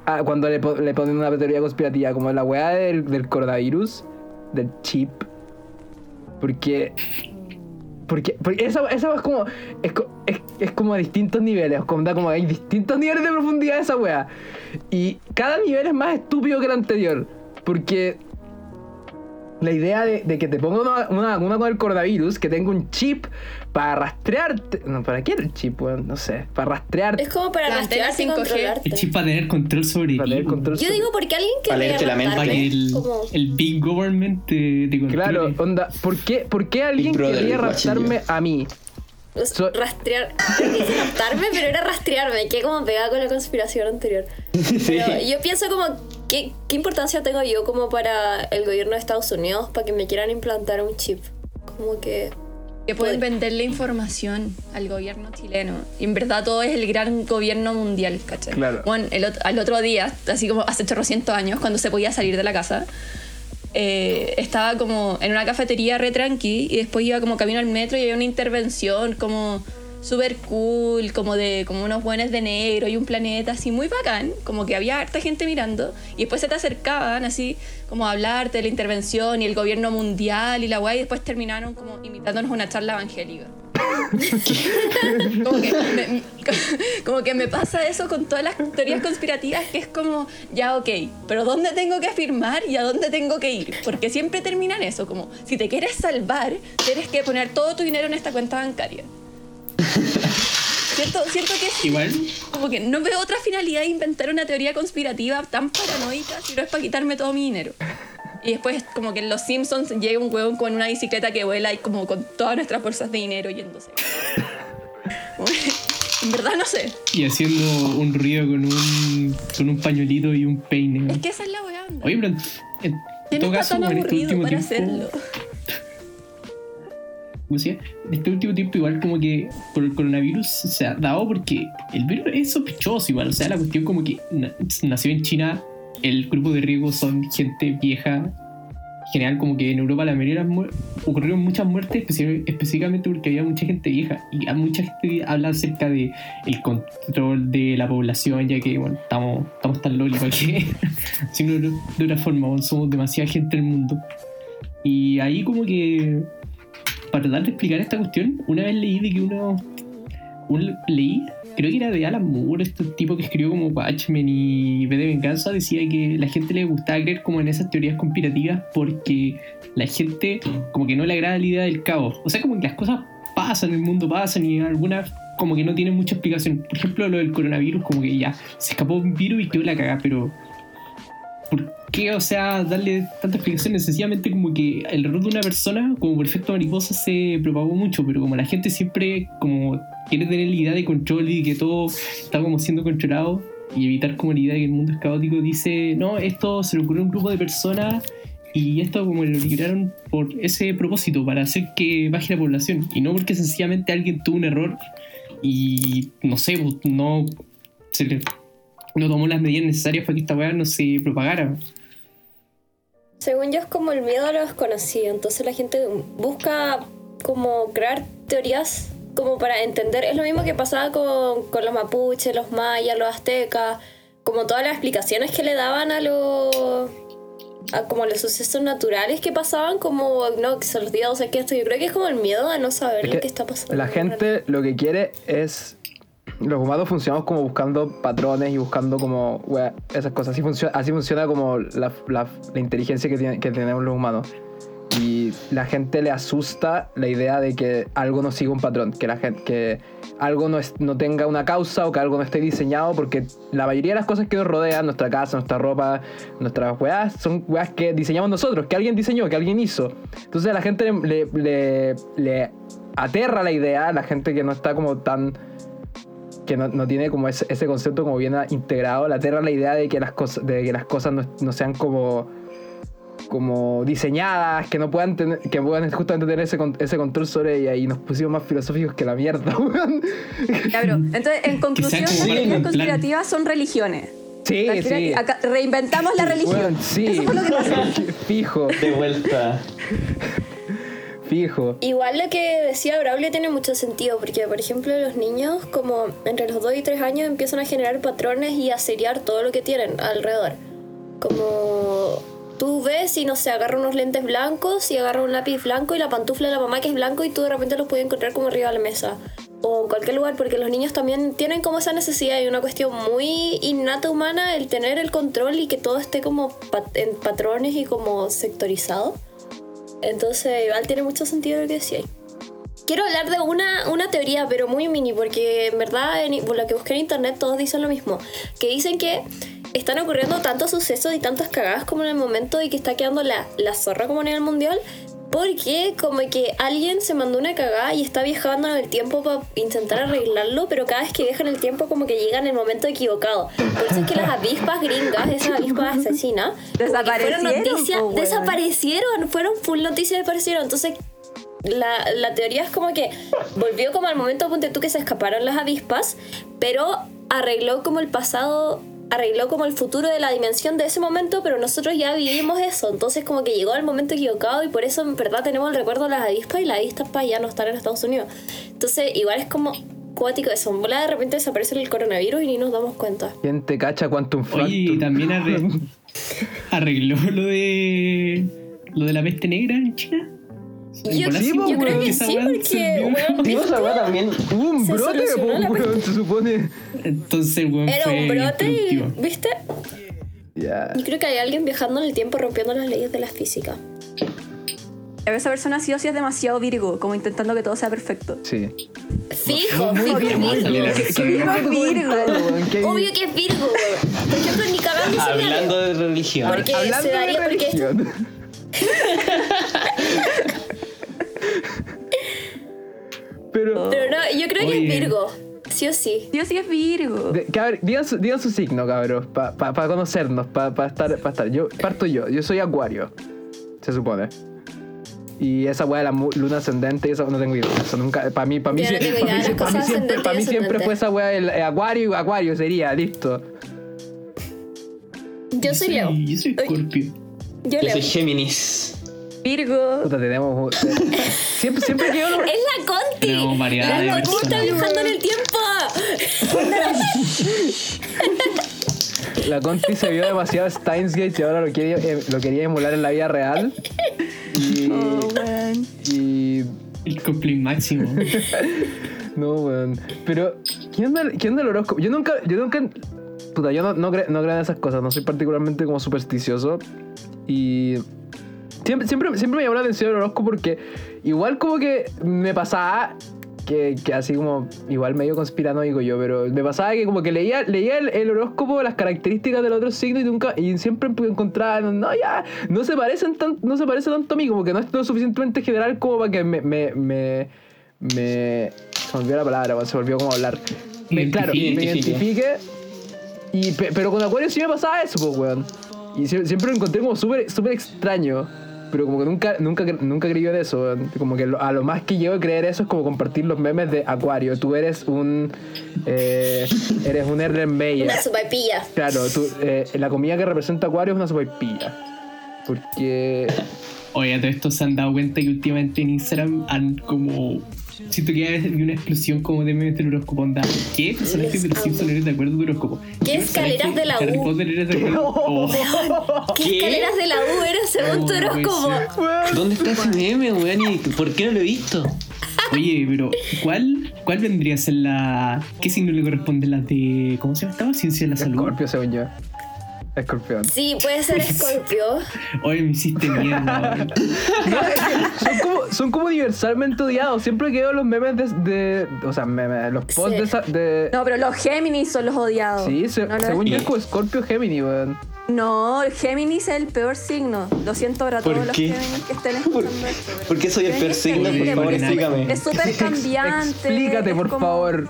Speaker 1: ah, cuando le, po- le ponen una teoría conspirativa. Como la weá del, del coronavirus. Del chip. Porque. Porque, porque esa, esa es como. Es, co- es, es como a distintos niveles. Como, da como hay distintos niveles de profundidad de esa wea. Y cada nivel es más estúpido que el anterior. Porque. La idea de, de que te ponga una, una vacuna con el coronavirus, que tenga un chip para rastrearte. No, ¿para qué era el chip, weón? No sé. Para rastrearte.
Speaker 2: Es como para
Speaker 4: La antena
Speaker 2: rastrearte y
Speaker 4: 5G.
Speaker 5: El chip
Speaker 2: controlarte.
Speaker 5: para tener control sobre
Speaker 1: Para
Speaker 5: ti.
Speaker 1: tener control
Speaker 2: Yo
Speaker 1: sobre-
Speaker 2: digo porque alguien que
Speaker 3: Para
Speaker 2: me
Speaker 3: leerte la mente.
Speaker 5: Para que el,
Speaker 2: como
Speaker 5: el Big Government te, te controle.
Speaker 1: Claro, onda. ¿Por qué, por qué alguien
Speaker 3: Brother,
Speaker 1: quería
Speaker 3: guachillo.
Speaker 1: raptarme a mí?
Speaker 2: o sea,
Speaker 1: so-
Speaker 2: rastrear. Creo que dije raptarme, pero era rastrearme, que como pegada con la conspiración anterior. Pero yo pienso como, ¿qué, ¿qué importancia tengo yo como para el gobierno de Estados Unidos para que me quieran implantar un chip? Como que...
Speaker 4: Que pueden venderle información al gobierno chileno. Y en verdad todo es el gran gobierno mundial, ¿cachai?
Speaker 1: Claro.
Speaker 4: Bueno, el ot- al otro día, así como hace 800 años, cuando se podía salir de la casa, eh, estaba como en una cafetería re tranqui y después iba como camino al metro y había una intervención como súper cool, como de como unos buenos de negro y un planeta así muy bacán, como que había harta gente mirando y después se te acercaban así como a hablarte de la intervención y el gobierno mundial y la guay y después terminaron como invitándonos a una charla evangélica. Como que, me, como que me pasa eso con todas las teorías conspirativas, que es como, ya ok, pero ¿dónde tengo que firmar y a dónde tengo que ir? Porque siempre terminan eso, como, si te quieres salvar, tienes que poner todo tu dinero en esta cuenta bancaria. Siento, siento que es
Speaker 5: Igual,
Speaker 4: como que no veo otra finalidad de inventar una teoría conspirativa tan paranoica si no es para quitarme todo mi dinero. Y después como que en Los Simpsons llega un huevón con una bicicleta que vuela y como con todas nuestras bolsas de dinero yéndose. en verdad no sé.
Speaker 5: y haciendo un ruido con un, con un pañuelito y un peine.
Speaker 4: Es que esa es la weá. onda.
Speaker 5: Oye, pero en, en
Speaker 4: ¿Quién
Speaker 5: todo
Speaker 4: está
Speaker 5: caso,
Speaker 4: tan
Speaker 5: en este
Speaker 4: aburrido
Speaker 5: último
Speaker 4: para
Speaker 5: tiempo,
Speaker 4: hacerlo?
Speaker 5: como decía, en este último tiempo igual como que por el coronavirus se ha dado porque el virus es sospechoso igual, o sea, la cuestión como que na- nació en China, el grupo de riesgo son gente vieja, en general como que en Europa la mayoría de las muer- ocurrieron muchas muertes, especi- específicamente porque había mucha gente vieja y a mucha gente habla acerca de el control de la población, ya que bueno, estamos, estamos tan loli para que, si no, no- de otra forma, bueno, somos demasiada gente en el mundo. Y ahí como que para tratar de explicar esta cuestión, una vez leí de que uno. Un, leí, creo que era de Alan Moore, este tipo que escribió como Watchmen y B de Venganza, decía que la gente le gustaba creer como en esas teorías conspirativas porque la gente como que no le agrada la idea del caos. O sea, como que las cosas pasan, el mundo pasan y algunas como que no tienen mucha explicación. Por ejemplo, lo del coronavirus, como que ya se escapó un virus y quedó la cagada, pero ¿por qué, o sea, darle tanta explicación? Sencillamente como que el error de una persona, como por efecto mariposa, se propagó mucho, pero como la gente siempre como quiere tener la idea de control y que todo está como siendo controlado y evitar como la idea de que el mundo es caótico, dice, no, esto se le ocurrió a un grupo de personas y esto como lo liberaron por ese propósito, para hacer que baje la población, y no porque sencillamente alguien tuvo un error y no sé, pues, no se le- no tomó las medidas necesarias para que esta weá no se propagara.
Speaker 2: Según yo es como el miedo a lo desconocido, entonces la gente busca como crear teorías como para entender. Es lo mismo que pasaba con, con los mapuches, los mayas, los aztecas, como todas las explicaciones que le daban a los... A como los sucesos naturales que pasaban, como no, que son los dioses, que esto, yo creo que es como el miedo a no saber
Speaker 1: Es
Speaker 2: lo
Speaker 1: que
Speaker 2: que está pasando.
Speaker 1: La gente lo que quiere es. Los humanos funcionamos como buscando patrones y buscando como wea, esas cosas. Así funciona, así funciona como la, la- la inteligencia que, tiene- que tenemos los humanos. Y la gente le asusta la idea de que algo no siga un patrón, que, la gente, que algo no, es- no tenga una causa o que algo no esté diseñado, porque la mayoría de las cosas que nos rodean, nuestra casa, nuestra ropa, nuestras weas, son weas que diseñamos nosotros, que alguien diseñó, que alguien hizo. Entonces a la gente le, le- le aterra la idea, a la gente que no está como tan que no, no tiene como ese, ese concepto como bien integrado, la aterra la idea de que las cosas, de que las cosas no, no sean como como diseñadas, que no puedan tener, que puedan justamente tener ese, con- ese control sobre ella y nos pusimos más filosóficos que la mierda, weón.
Speaker 4: Ya, bro. Entonces, en conclusión,
Speaker 5: como
Speaker 4: las
Speaker 5: parte
Speaker 4: teorías
Speaker 5: del plan.
Speaker 4: conspirativas son religiones.
Speaker 1: Sí,
Speaker 4: Las
Speaker 1: sí.
Speaker 4: teorías- acá reinventamos la religión.
Speaker 1: Weón, sí.
Speaker 4: Eso fue lo que pasó.
Speaker 1: Fijo,
Speaker 3: De vuelta.
Speaker 1: fijo.
Speaker 2: Igual lo que decía Braulio tiene mucho sentido, porque por ejemplo los niños como entre los 2 y 3 años empiezan a generar patrones y a seriar todo lo que tienen alrededor. Como tú ves y no sé, agarra unos lentes blancos y agarra un lápiz blanco y la pantufla de la mamá que es blanco y tú de repente los puedes encontrar como arriba de la mesa o en cualquier lugar, porque los niños también tienen como esa necesidad y una cuestión muy innata humana el tener el control y que todo esté como pat- en patrones y como sectorizado. Entonces, igual tiene mucho sentido lo que decía. ahí. Quiero hablar de una, una teoría, pero muy mini, porque en verdad en- por lo que busqué en internet todos dicen lo mismo. Que dicen que están ocurriendo tantos sucesos y tantas cagadas como en el momento y que está quedando la, la zorra como a nivel mundial. Porque como que alguien se mandó una cagada y está viajando en el tiempo para intentar arreglarlo, pero cada vez que viaja en el tiempo como que llega en el momento equivocado. Por eso es que las avispas gringas, esas avispas asesinas, como que fueron
Speaker 4: Desaparecieron,
Speaker 2: noticias,
Speaker 4: po, weón.
Speaker 2: desaparecieron, fueron full noticias, desaparecieron. Entonces la, la teoría es como que volvió como al momento ponte tú que se escaparon las avispas, pero arregló como el pasado, arregló como el futuro de la dimensión de ese momento, pero nosotros ya vivimos eso, entonces como que llegó al momento equivocado y por eso en verdad tenemos el recuerdo de las avispas y las avispas ya no están en Estados Unidos. Entonces igual es como cuático eso, en volada de repente desaparece el coronavirus y ni nos damos cuenta.
Speaker 1: ¿Quién te cacha Quantum Fractum?
Speaker 5: Oye, y también arre- arregló lo de lo de la peste negra en China.
Speaker 2: Yo,
Speaker 5: Nicolás,
Speaker 1: sí,
Speaker 2: yo
Speaker 1: po,
Speaker 2: creo
Speaker 1: weón,
Speaker 2: que
Speaker 5: esa
Speaker 2: sí,
Speaker 5: weá
Speaker 2: porque
Speaker 5: encendió.
Speaker 2: weón,
Speaker 3: Digo, esa weá también.
Speaker 1: Hubo un
Speaker 2: Se
Speaker 1: brote, po,
Speaker 2: solucionó la
Speaker 1: weón,
Speaker 2: peste.
Speaker 1: se supone.
Speaker 5: Entonces, weón,
Speaker 2: era
Speaker 5: fue
Speaker 2: un brote y,
Speaker 5: productivo.
Speaker 2: ¿viste?
Speaker 1: Ya.
Speaker 2: Yo creo que hay alguien viajando en el tiempo rompiendo las leyes de la física.
Speaker 4: A veces esa persona sí o sí es demasiado virgo, como intentando que todo sea perfecto.
Speaker 1: Sí.
Speaker 2: Fijo, fijo,
Speaker 5: bien, muy
Speaker 2: fijo.
Speaker 5: bien.
Speaker 4: Que viva Virgo.
Speaker 2: Obvio que es Virgo, weón. Por ejemplo, ni cagando se le
Speaker 3: Hablando
Speaker 2: haría.
Speaker 3: de religión.
Speaker 2: Porque
Speaker 1: Hablando
Speaker 2: se
Speaker 1: de
Speaker 2: daría porque esto-
Speaker 1: religión. Pero,
Speaker 2: Pero no, yo creo que
Speaker 5: Oye.
Speaker 2: es Virgo. Sí o sí.
Speaker 4: Sí o sí es virgo.
Speaker 1: de- que a ver, digan su, digan su signo, cabros, para conocernos, para estar, pa estar. Yo parto yo, yo soy Acuario, se supone. Y esa weá de la mu- luna ascendente, y esa no tengo idea. Eso nunca, para mí, para mí,
Speaker 2: Yo
Speaker 1: sí-
Speaker 2: no tengo
Speaker 1: pa' mí
Speaker 2: idea de
Speaker 1: sí-
Speaker 2: las
Speaker 1: pa' mí
Speaker 2: cosas
Speaker 1: siempre,
Speaker 2: ascendente
Speaker 1: pa'
Speaker 2: y
Speaker 1: mí siempre
Speaker 2: descendente.
Speaker 1: fue esa weá el eh, Acuario y Acuario sería, listo.
Speaker 2: Yo soy Leo.
Speaker 5: Yo soy
Speaker 2: Oye.
Speaker 5: Scorpio.
Speaker 2: Yo
Speaker 3: Yo
Speaker 2: Leo.
Speaker 3: soy Géminis.
Speaker 4: Virgo.
Speaker 1: Puta, tenemos. siempre, siempre que yo lo-
Speaker 2: Es la Conti.
Speaker 5: Tenemos variedad de
Speaker 2: La Conti está
Speaker 5: personas.
Speaker 2: viajando en el tiempo.
Speaker 1: La Conti se vio demasiado Steins Gate y ahora lo, quiere, em- lo quería emular en la vida real. Y,
Speaker 4: Oh, weón.
Speaker 1: y
Speaker 5: El cosplay máximo.
Speaker 1: No, weón. Pero, ¿qué onda, el- qué onda el horóscopo? Yo nunca, yo nunca. Puta, yo no, no, cre- no creo en esas cosas. No soy particularmente como supersticioso. Y. Siempre, siempre, siempre me llamó la atención el horóscopo porque igual como que me pasaba. Que, que así como, igual medio conspiranoico yo, pero me pasaba que como que leía, leía el, el horóscopo, las características del otro signo y nunca, y siempre encontraba, no, ya, no se parecen tan, no se parece tanto a mí, como que no es lo suficientemente general como para que me, me, me, me- se me olvidó la palabra, weón, se volvió como hablar. Me, claro, me
Speaker 3: Identifique.
Speaker 1: identifique. Y, pe- pero con Acuario sí me pasaba eso, pues, weón. Y sie- siempre lo encontré como súper súper extraño. Pero como que nunca, nunca, cre- nunca creí yo en eso, weón. Como que lo- a lo más que llego a creer eso es como compartir los memes de Acuario. Tú eres un. eh, eres un Erlen Meyer.
Speaker 2: Una sopaipilla.
Speaker 1: Claro, tú, eh, la comida que representa Acuario es una sopaipilla. Porque.
Speaker 5: Oye, a todo esto se han dado cuenta que últimamente en Instagram han como. Siento que hay una explosión como de memes del horóscopo. Onda. ¿Qué personajes de los Simpsons eres de acuerdo de horóscopo?
Speaker 2: ¿Qué escaleras de la
Speaker 5: Harry
Speaker 2: U?
Speaker 5: Potter eres de acuerdo? Oh.
Speaker 2: ¿Qué, escaleras de la U era según tú
Speaker 5: No,
Speaker 2: eras
Speaker 5: puede
Speaker 2: como...
Speaker 5: ser.
Speaker 3: ¿Dónde está ese meme, weón? ¿Y por qué no lo he visto?
Speaker 5: Oye, pero ¿cuál, ¿cuál vendría a ser la. ¿Qué signo le corresponde la de. ¿Cómo se llama? Estaba Ciencia de la Salud.
Speaker 1: Escorpio, según yo. Escorpión.
Speaker 2: Sí, puede ser Escorpio.
Speaker 5: Oye, me hiciste mierda. weón.
Speaker 1: No, es que son, como, son como universalmente odiados. Siempre que veo los memes de. de- o sea, memes, los posts
Speaker 2: Sí.
Speaker 1: de, esa- de-
Speaker 4: No, pero los Géminis son los odiados.
Speaker 1: Sí, se-
Speaker 4: no, no,
Speaker 1: según yo
Speaker 3: es-
Speaker 1: es como Scorpio Gemini, weón.
Speaker 4: No, el Géminis es el peor signo. Lo siento para
Speaker 3: ¿Por
Speaker 4: todos los
Speaker 3: qué?
Speaker 4: Géminis que estén
Speaker 3: ¿Por-
Speaker 4: escuchando esto. pero-
Speaker 3: por qué soy el peor
Speaker 4: Géminis es
Speaker 3: signo? Por
Speaker 4: terrible,
Speaker 5: favor,
Speaker 4: porque es súper-
Speaker 3: explícame.
Speaker 4: Es súper cambiante.
Speaker 1: Explícate,
Speaker 4: es
Speaker 1: por
Speaker 4: como-
Speaker 1: favor.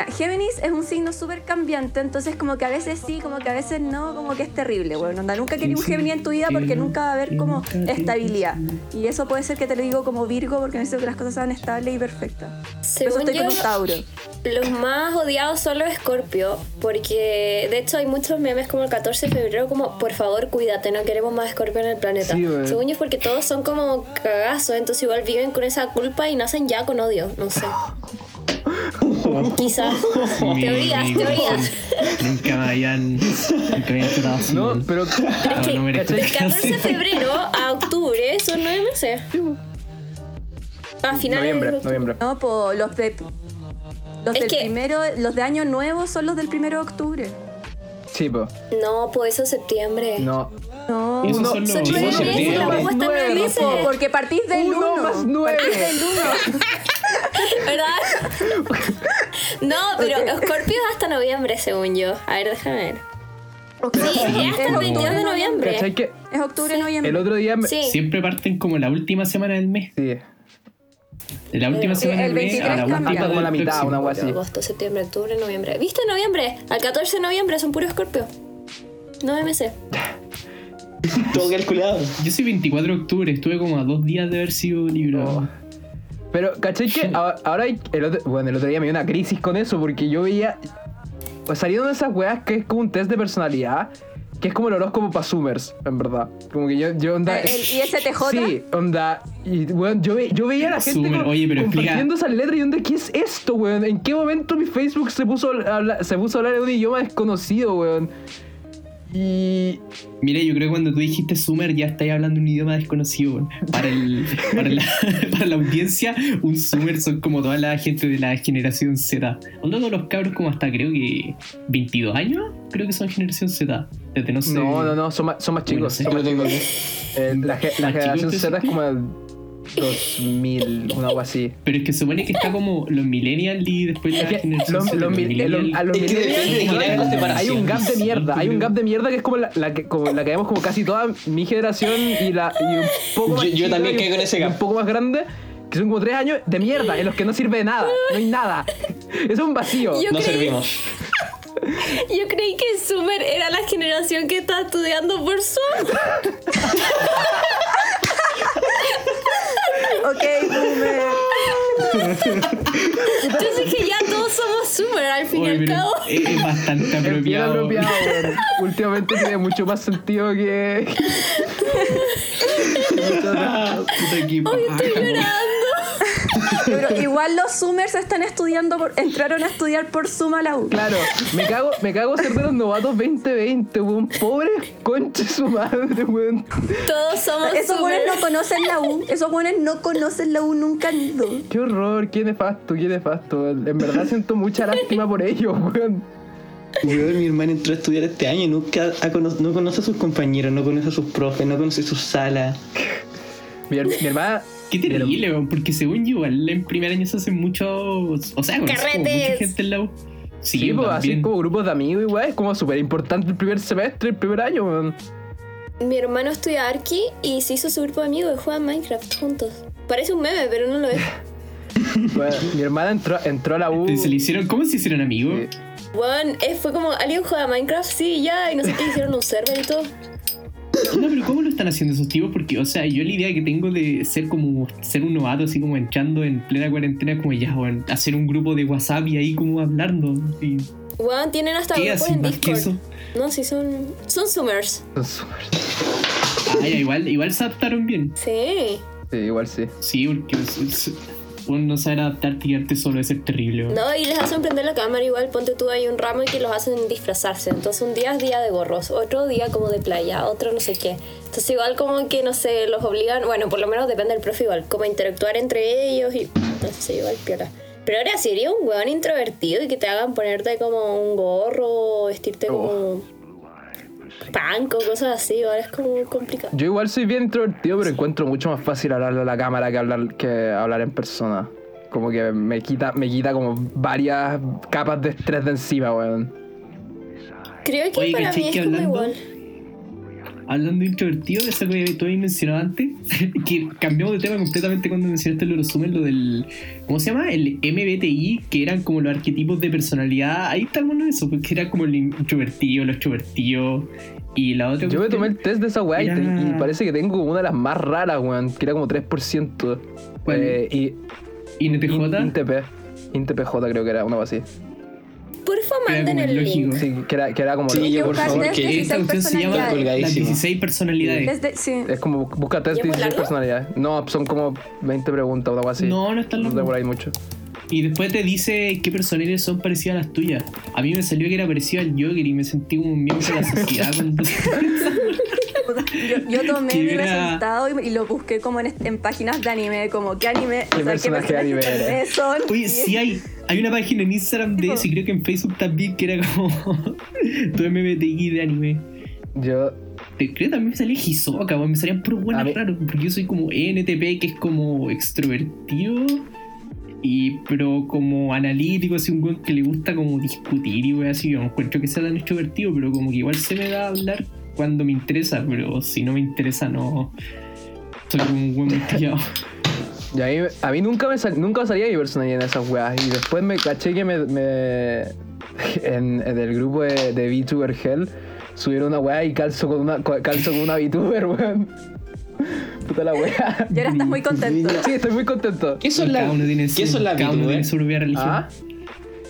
Speaker 4: Mira, Géminis es un signo súper cambiante, entonces como que a veces sí, como que a veces no, como que es terrible, bueno, onda, nunca quería un Géminis en tu vida porque nunca va a haber como estabilidad. Y eso puede ser que te lo digo como Virgo porque necesito que las cosas sean estables y perfectas. Por eso
Speaker 2: Según
Speaker 4: estoy
Speaker 2: yo,
Speaker 4: con un Tauro.
Speaker 2: los más odiados son los Escorpio, porque de hecho hay muchos memes como el 14 de febrero como, por favor, cuídate, no queremos más Escorpio en el planeta.
Speaker 1: Sí, güey.
Speaker 2: Según yo es porque todos son como cagazos, entonces igual viven con esa culpa y nacen ya con odio, no sé. Quizás. teorías,
Speaker 5: Mi-
Speaker 2: teorías.
Speaker 5: Nunca me habían. Nunca me habían tratado así.
Speaker 1: No,
Speaker 5: weón.
Speaker 1: pero.
Speaker 5: Ah,
Speaker 2: que-
Speaker 5: no merezco
Speaker 2: Del 14 de febrero a octubre son nueve meses. A finales
Speaker 1: noviembre,
Speaker 2: de octubre.
Speaker 1: noviembre.
Speaker 4: No, po, los de los
Speaker 2: Es
Speaker 4: del
Speaker 2: que-
Speaker 4: primero, los de año nuevo son los del primero de octubre.
Speaker 1: Sí, po.
Speaker 2: No, pues eso es septiembre.
Speaker 1: No.
Speaker 4: No.
Speaker 5: Esos son
Speaker 1: Uno-
Speaker 5: los.
Speaker 2: Son nueve
Speaker 1: Uno,
Speaker 5: esos
Speaker 2: meses,
Speaker 5: de-
Speaker 2: la
Speaker 1: nueve,
Speaker 2: guagua está en nueve
Speaker 1: nueve,
Speaker 2: meses.
Speaker 4: Po, porque partís del
Speaker 1: Uno
Speaker 4: uno.
Speaker 1: más nueve.
Speaker 4: Partís del uno.
Speaker 2: ¿Verdad? No, pero Scorpio es hasta noviembre, según yo. A ver, déjame ver. Sí, es hasta el 22 de
Speaker 1: ¿Cachai
Speaker 2: noviembre.
Speaker 1: que
Speaker 4: Es octubre, noviembre.
Speaker 1: el otro día me.
Speaker 2: Sí.
Speaker 5: Siempre parten como la última semana del mes.
Speaker 1: Sí.
Speaker 5: De la última
Speaker 4: Sí,
Speaker 5: semana
Speaker 4: Eh, el
Speaker 5: del mes a la
Speaker 4: 23
Speaker 5: última
Speaker 4: cambia.
Speaker 5: del
Speaker 1: Como la mitad,
Speaker 5: próximo.
Speaker 1: una wea así.
Speaker 2: Agosto, septiembre, octubre, noviembre. ¿Viste noviembre? Al 14 de noviembre son puro Scorpio. 9 meses.
Speaker 3: Todo calculado.
Speaker 5: Yo soy 24 de octubre, estuve como a dos días de haber sido
Speaker 1: Oh.
Speaker 5: librado.
Speaker 1: Pero, ¿cachai que a- ahora hay. El otro, bueno, el otro día me dio una crisis con eso porque yo veía. Pues salieron esas weas que es como un test de personalidad, que es como el horóscopo para Summers, en verdad. Como que yo, yo onda.
Speaker 4: El ISTJ.
Speaker 1: Sí, onda. Y, weón, yo, ve- yo veía a la gente
Speaker 5: Summer,
Speaker 1: co-
Speaker 5: oye, pero explica.
Speaker 1: compartiendo esas letras y onda, ¿qué es esto, weón? ¿En qué momento mi Facebook se puso a hablar, se puso a hablar en un idioma desconocido, weón? Y.
Speaker 5: Mira, yo creo que cuando tú dijiste Summer ya estáis hablando un idioma desconocido. weón. Para, el, para, la, para la audiencia, un Summer son como toda la gente de la generación Z. Onda todos los cabros como hasta creo que 22 años, creo que son generación Z. Desde no sé.
Speaker 1: No, no, no, son más, son más chicos.
Speaker 5: Bueno,
Speaker 1: son
Speaker 3: Yo
Speaker 1: más
Speaker 3: tengo
Speaker 1: Eh, la, ge- la
Speaker 5: Ah,
Speaker 1: generación
Speaker 5: chicos,
Speaker 1: Z es como el 2000, una algo así.
Speaker 5: Pero es que se supone que está como los millennials y después la
Speaker 1: Que
Speaker 5: generación
Speaker 1: los-
Speaker 5: Z.
Speaker 1: los
Speaker 5: los
Speaker 1: mil- eh, los- a
Speaker 5: millennials.
Speaker 1: los
Speaker 3: Es que depende de
Speaker 1: millennials,
Speaker 3: quién haga la
Speaker 1: weón, Hay
Speaker 3: separación.
Speaker 1: un gap de mierda, hay un gap de mierda que es como la, la que, como la que vemos como casi toda mi generación y, la, y un poco más
Speaker 3: Yo- yo
Speaker 1: chica
Speaker 3: también
Speaker 1: y un-
Speaker 3: caigo en ese
Speaker 1: y Un
Speaker 3: gap.
Speaker 1: poco más grande, que son como tres años de mierda, en los que no sirve de nada, no hay nada. Es un vacío.
Speaker 2: Yo
Speaker 3: No
Speaker 2: creí-
Speaker 3: servimos.
Speaker 2: Yo creí que Summer era la generación que está estudiando por Zoom.
Speaker 4: Ok, boomer.
Speaker 2: Yo sé que ya todos somos Summer al fin y
Speaker 5: Oye,
Speaker 2: al
Speaker 5: pero
Speaker 2: cabo.
Speaker 5: es, es bastante
Speaker 1: Es bien
Speaker 5: apropiado.
Speaker 1: apropiado, weón. Últimamente tiene mucho más sentido que.
Speaker 5: Ah, puta, qué paja.
Speaker 2: Estoy llorando.
Speaker 4: Pero igual los Zoomers están estudiando, por- entraron a estudiar por Zoom a la U.
Speaker 1: Claro, me cago, me cago ser de los novatos 2020, weón. Pobres conche su madre, weón.
Speaker 2: Todos somos
Speaker 4: Esos buenos
Speaker 2: súper-
Speaker 4: no conocen la U. Esos buenos no conocen la U nunca han ido.
Speaker 1: Qué horror, qué nefasto, qué nefasto. weón. En verdad siento mucha lástima por ellos, weón.
Speaker 3: Weón, mi hermana entró a estudiar este año y nunca ha cono- no conoce a sus compañeros, no conoce a sus profes, no conoce su sala.
Speaker 1: Mi, her- mi hermana.
Speaker 5: Qué
Speaker 1: mi her-
Speaker 5: terrible, weón, porque según yo, igual en primer año se hacen muchos. O sea, conozco como mucha
Speaker 2: Carretes.
Speaker 5: gente en la U. Sí,
Speaker 1: Sí, pues, así
Speaker 5: también.
Speaker 1: como grupos de amigos, igual. Es como súper importante el primer semestre, el primer año, weón.
Speaker 2: Mi hermano estudia Arki y se hizo su grupo de amigos y juegan Minecraft juntos. Parece un meme, pero no lo es.
Speaker 1: Bueno, mi hermana entró, entró a la U.
Speaker 5: Se le hicieron, ¿Cómo se hicieron amigos?
Speaker 1: Sí.
Speaker 2: Bueno, eh, fue como, ¿alguien juega Minecraft? Sí, ya, y no sé qué, hicieron un server y todo.
Speaker 5: No, pero ¿cómo lo están haciendo esos tipos? Porque, o sea, yo la idea que tengo de ser como ser un novato, así como entrando en plena cuarentena, como ya, weón, hacer un grupo de WhatsApp y ahí como hablando. Y,
Speaker 2: Bueno, tienen hasta
Speaker 5: ¿Qué
Speaker 2: grupos
Speaker 5: así
Speaker 2: en
Speaker 5: más que
Speaker 2: Discord.
Speaker 5: eso?
Speaker 2: No, sí, son, son Summers.
Speaker 1: Con suerte.
Speaker 5: Ah, ya, igual, igual se adaptaron bien.
Speaker 2: Sí.
Speaker 1: Sí, igual sí.
Speaker 5: Sí, porque es- es- uno no saber adaptarte y arte solo es ser terrible. weón.
Speaker 2: No, y les hacen prender la cámara igual, ponte tú ahí un ramo y que los hacen disfrazarse. Entonces un día es día de gorros, otro día como de playa, otro no sé qué. Entonces igual como que, no sé, los obligan, bueno, por lo menos depende del profe igual, como a interactuar entre ellos y no sé, igual piola. Pero ahora sería un weón introvertido y que te hagan ponerte como un gorro o vestirte
Speaker 5: Oh.
Speaker 2: como panco, cosas así, ahora es como complicado.
Speaker 1: Yo igual soy bien introvertido, pero encuentro mucho más fácil hablarle a la cámara que hablar, que hablar en persona. Como que me quita, me quita como varias capas de estrés de encima, weón.
Speaker 2: Creo que
Speaker 5: Oye,
Speaker 2: para
Speaker 5: ¿cachai
Speaker 2: mí es
Speaker 5: que
Speaker 2: como
Speaker 5: hablando-
Speaker 2: igual.
Speaker 5: Hablando de introvertido, eso que tú habías mencionado antes, que cambiamos de tema completamente cuando mencionaste el resumen, lo del. ¿Cómo se llama? El MBTI, que eran como los arquetipos de personalidad. Ahí está uno de esos, porque era como el introvertido, lo extrovertido y la otra.
Speaker 1: Yo me tomé
Speaker 5: cuestión-
Speaker 1: el test de esa weá y, te-
Speaker 5: Mira.
Speaker 1: y parece que tengo como una de las más raras, weón, que era como 3%.
Speaker 5: ¿Cuál?
Speaker 1: Eh, y
Speaker 5: INTJ.
Speaker 1: INTP. INTPJ creo que era, una cosa así.
Speaker 2: Porfa,
Speaker 5: Era
Speaker 2: manden
Speaker 5: como
Speaker 2: el link.
Speaker 5: lógico.
Speaker 1: Sí, que era, que era como...
Speaker 3: Sí,
Speaker 1: lo-
Speaker 3: yo por
Speaker 4: buscar
Speaker 3: favor,
Speaker 4: test de
Speaker 3: que
Speaker 5: Esta cuestión se llama
Speaker 4: personalidades.
Speaker 5: las
Speaker 3: Colgadísimo.
Speaker 5: 16
Speaker 1: E.
Speaker 5: personalidades.
Speaker 4: Desde, sí.
Speaker 1: Es como bu- busca test
Speaker 2: ¿Y es muy
Speaker 1: 16
Speaker 2: largo?
Speaker 1: personalidades. No, son como 20 preguntas, una cosa así.
Speaker 5: No, no están
Speaker 1: No
Speaker 5: los.
Speaker 1: te por ahí mucho.
Speaker 5: Y después te dice qué personalidades son parecidas a las tuyas. A mí me salió que era parecido al Joker y me sentí como un miembro de la sociedad cuando.
Speaker 4: Yo, yo tomé
Speaker 5: Que
Speaker 4: mi
Speaker 5: era-
Speaker 4: resultado y, y lo busqué como en, est- en páginas de anime, como qué anime,
Speaker 1: ¿Qué personaje de anime
Speaker 4: personajes
Speaker 1: eres?
Speaker 4: son.
Speaker 5: Oye, sí hay, hay una página en Instagram de eso y creo que en Facebook también que era como tu MBTI de anime.
Speaker 1: Yo...
Speaker 5: Te creo que también me salía Hisoka, weón, me salían puros
Speaker 1: A
Speaker 5: buenos
Speaker 1: ver.
Speaker 5: raros, porque yo soy como ENTP, que es como extrovertido, y pero como analítico, así un weón que le gusta como discutir y weón así, yo no encuentro que sea tan extrovertido, pero como que igual se me da a hablar cuando me interesa, pero si no me interesa no... Soy como un buen pillado.
Speaker 1: Y a mí, a mí nunca, me sal- nunca salía mi personalidad en esas weas. Y después me caché que me. me- en, en el grupo de, de VTuber Hell subieron una wea y calzo con una, co- calzo con una VTuber, weón. Puta la wea.
Speaker 4: Y ahora estás muy contento.
Speaker 1: Sí, estoy muy contento.
Speaker 3: ¿Qué son
Speaker 5: Cada
Speaker 3: las
Speaker 5: uno tiene
Speaker 3: ¿Qué
Speaker 5: su-
Speaker 3: son las
Speaker 5: cada uno tiene
Speaker 3: VTubers?
Speaker 5: su propia religión.
Speaker 1: Ah.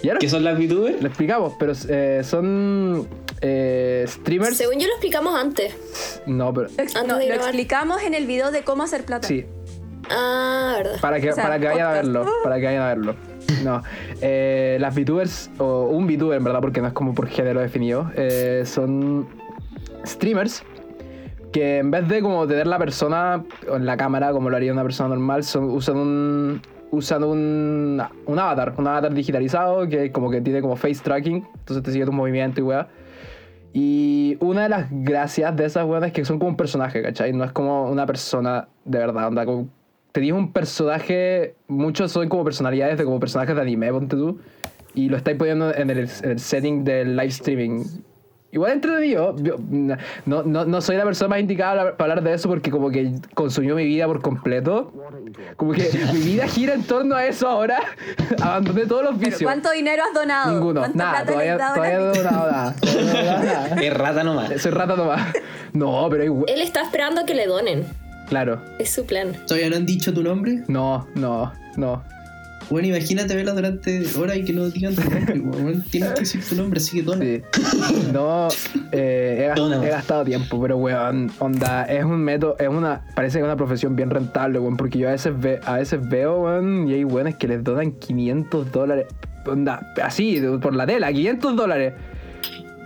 Speaker 1: Y ahora
Speaker 3: ¿Qué son las VTubers?
Speaker 1: lo explicamos, pero eh, son. eh, streamers.
Speaker 2: Según yo lo explicamos antes.
Speaker 1: No, pero.
Speaker 4: Ex-
Speaker 2: Antes
Speaker 4: no,
Speaker 2: de
Speaker 4: lo
Speaker 2: grabar.
Speaker 4: explicamos en el video de cómo hacer plata.
Speaker 1: Sí,
Speaker 2: Ah, verdad.
Speaker 1: Para que,
Speaker 4: O sea,
Speaker 1: para que vayan a
Speaker 4: podcast.
Speaker 1: verlo, para que vayan a verlo. No, eh, las VTubers, o un VTuber en verdad, porque no es como por género definido, eh, son streamers que en vez de como tener la persona en la cámara como lo haría una persona normal, son, usan un usan un, un avatar, un avatar digitalizado que como que tiene como face tracking, entonces te sigue tu movimiento y weá. Y una de las gracias de esas weas es que son como un personaje, ¿cachai? No es como una persona de verdad, onda, como te digo un personaje, muchos son como personalidades de como personajes de anime, ponte tú, y lo estáis poniendo en el, en el setting del live streaming. Igual entretenido, yo no, no, no soy la persona más indicada para hablar de eso porque como que consumió mi vida por completo. Como que mi vida gira en torno a eso ahora. Abandoné todos los
Speaker 4: Pero,
Speaker 1: vicios.
Speaker 4: ¿Cuánto dinero has donado?
Speaker 1: Ninguno.
Speaker 4: ¿Cuánta
Speaker 1: Nada,
Speaker 4: plata
Speaker 1: todavía,
Speaker 4: le has dado a la
Speaker 1: todavía no he
Speaker 4: gente?
Speaker 1: donado nada. Todavía no he donado nada.
Speaker 3: Es rata nomás.
Speaker 1: Soy rata nomás. No, pero hay... hue-
Speaker 2: Él está esperando que le donen.
Speaker 1: Claro.
Speaker 2: Es su plan.
Speaker 5: ¿Todavía no han dicho tu nombre?
Speaker 1: No, no, no.
Speaker 5: Bueno, imagínate verla durante horas y que no digan tu nombre, weón. Bueno, tienes que decir tu nombre, así que dona.
Speaker 1: Sí. No, eh, he, gas-
Speaker 3: Dono.
Speaker 1: he gastado tiempo, pero weón, onda, es un método, es una, parece que es una profesión bien rentable, weón, porque yo a veces, ve, a veces veo, weón, y hay weones que les donan 500 dólares, onda, así, de- por la tela, 500 dólares,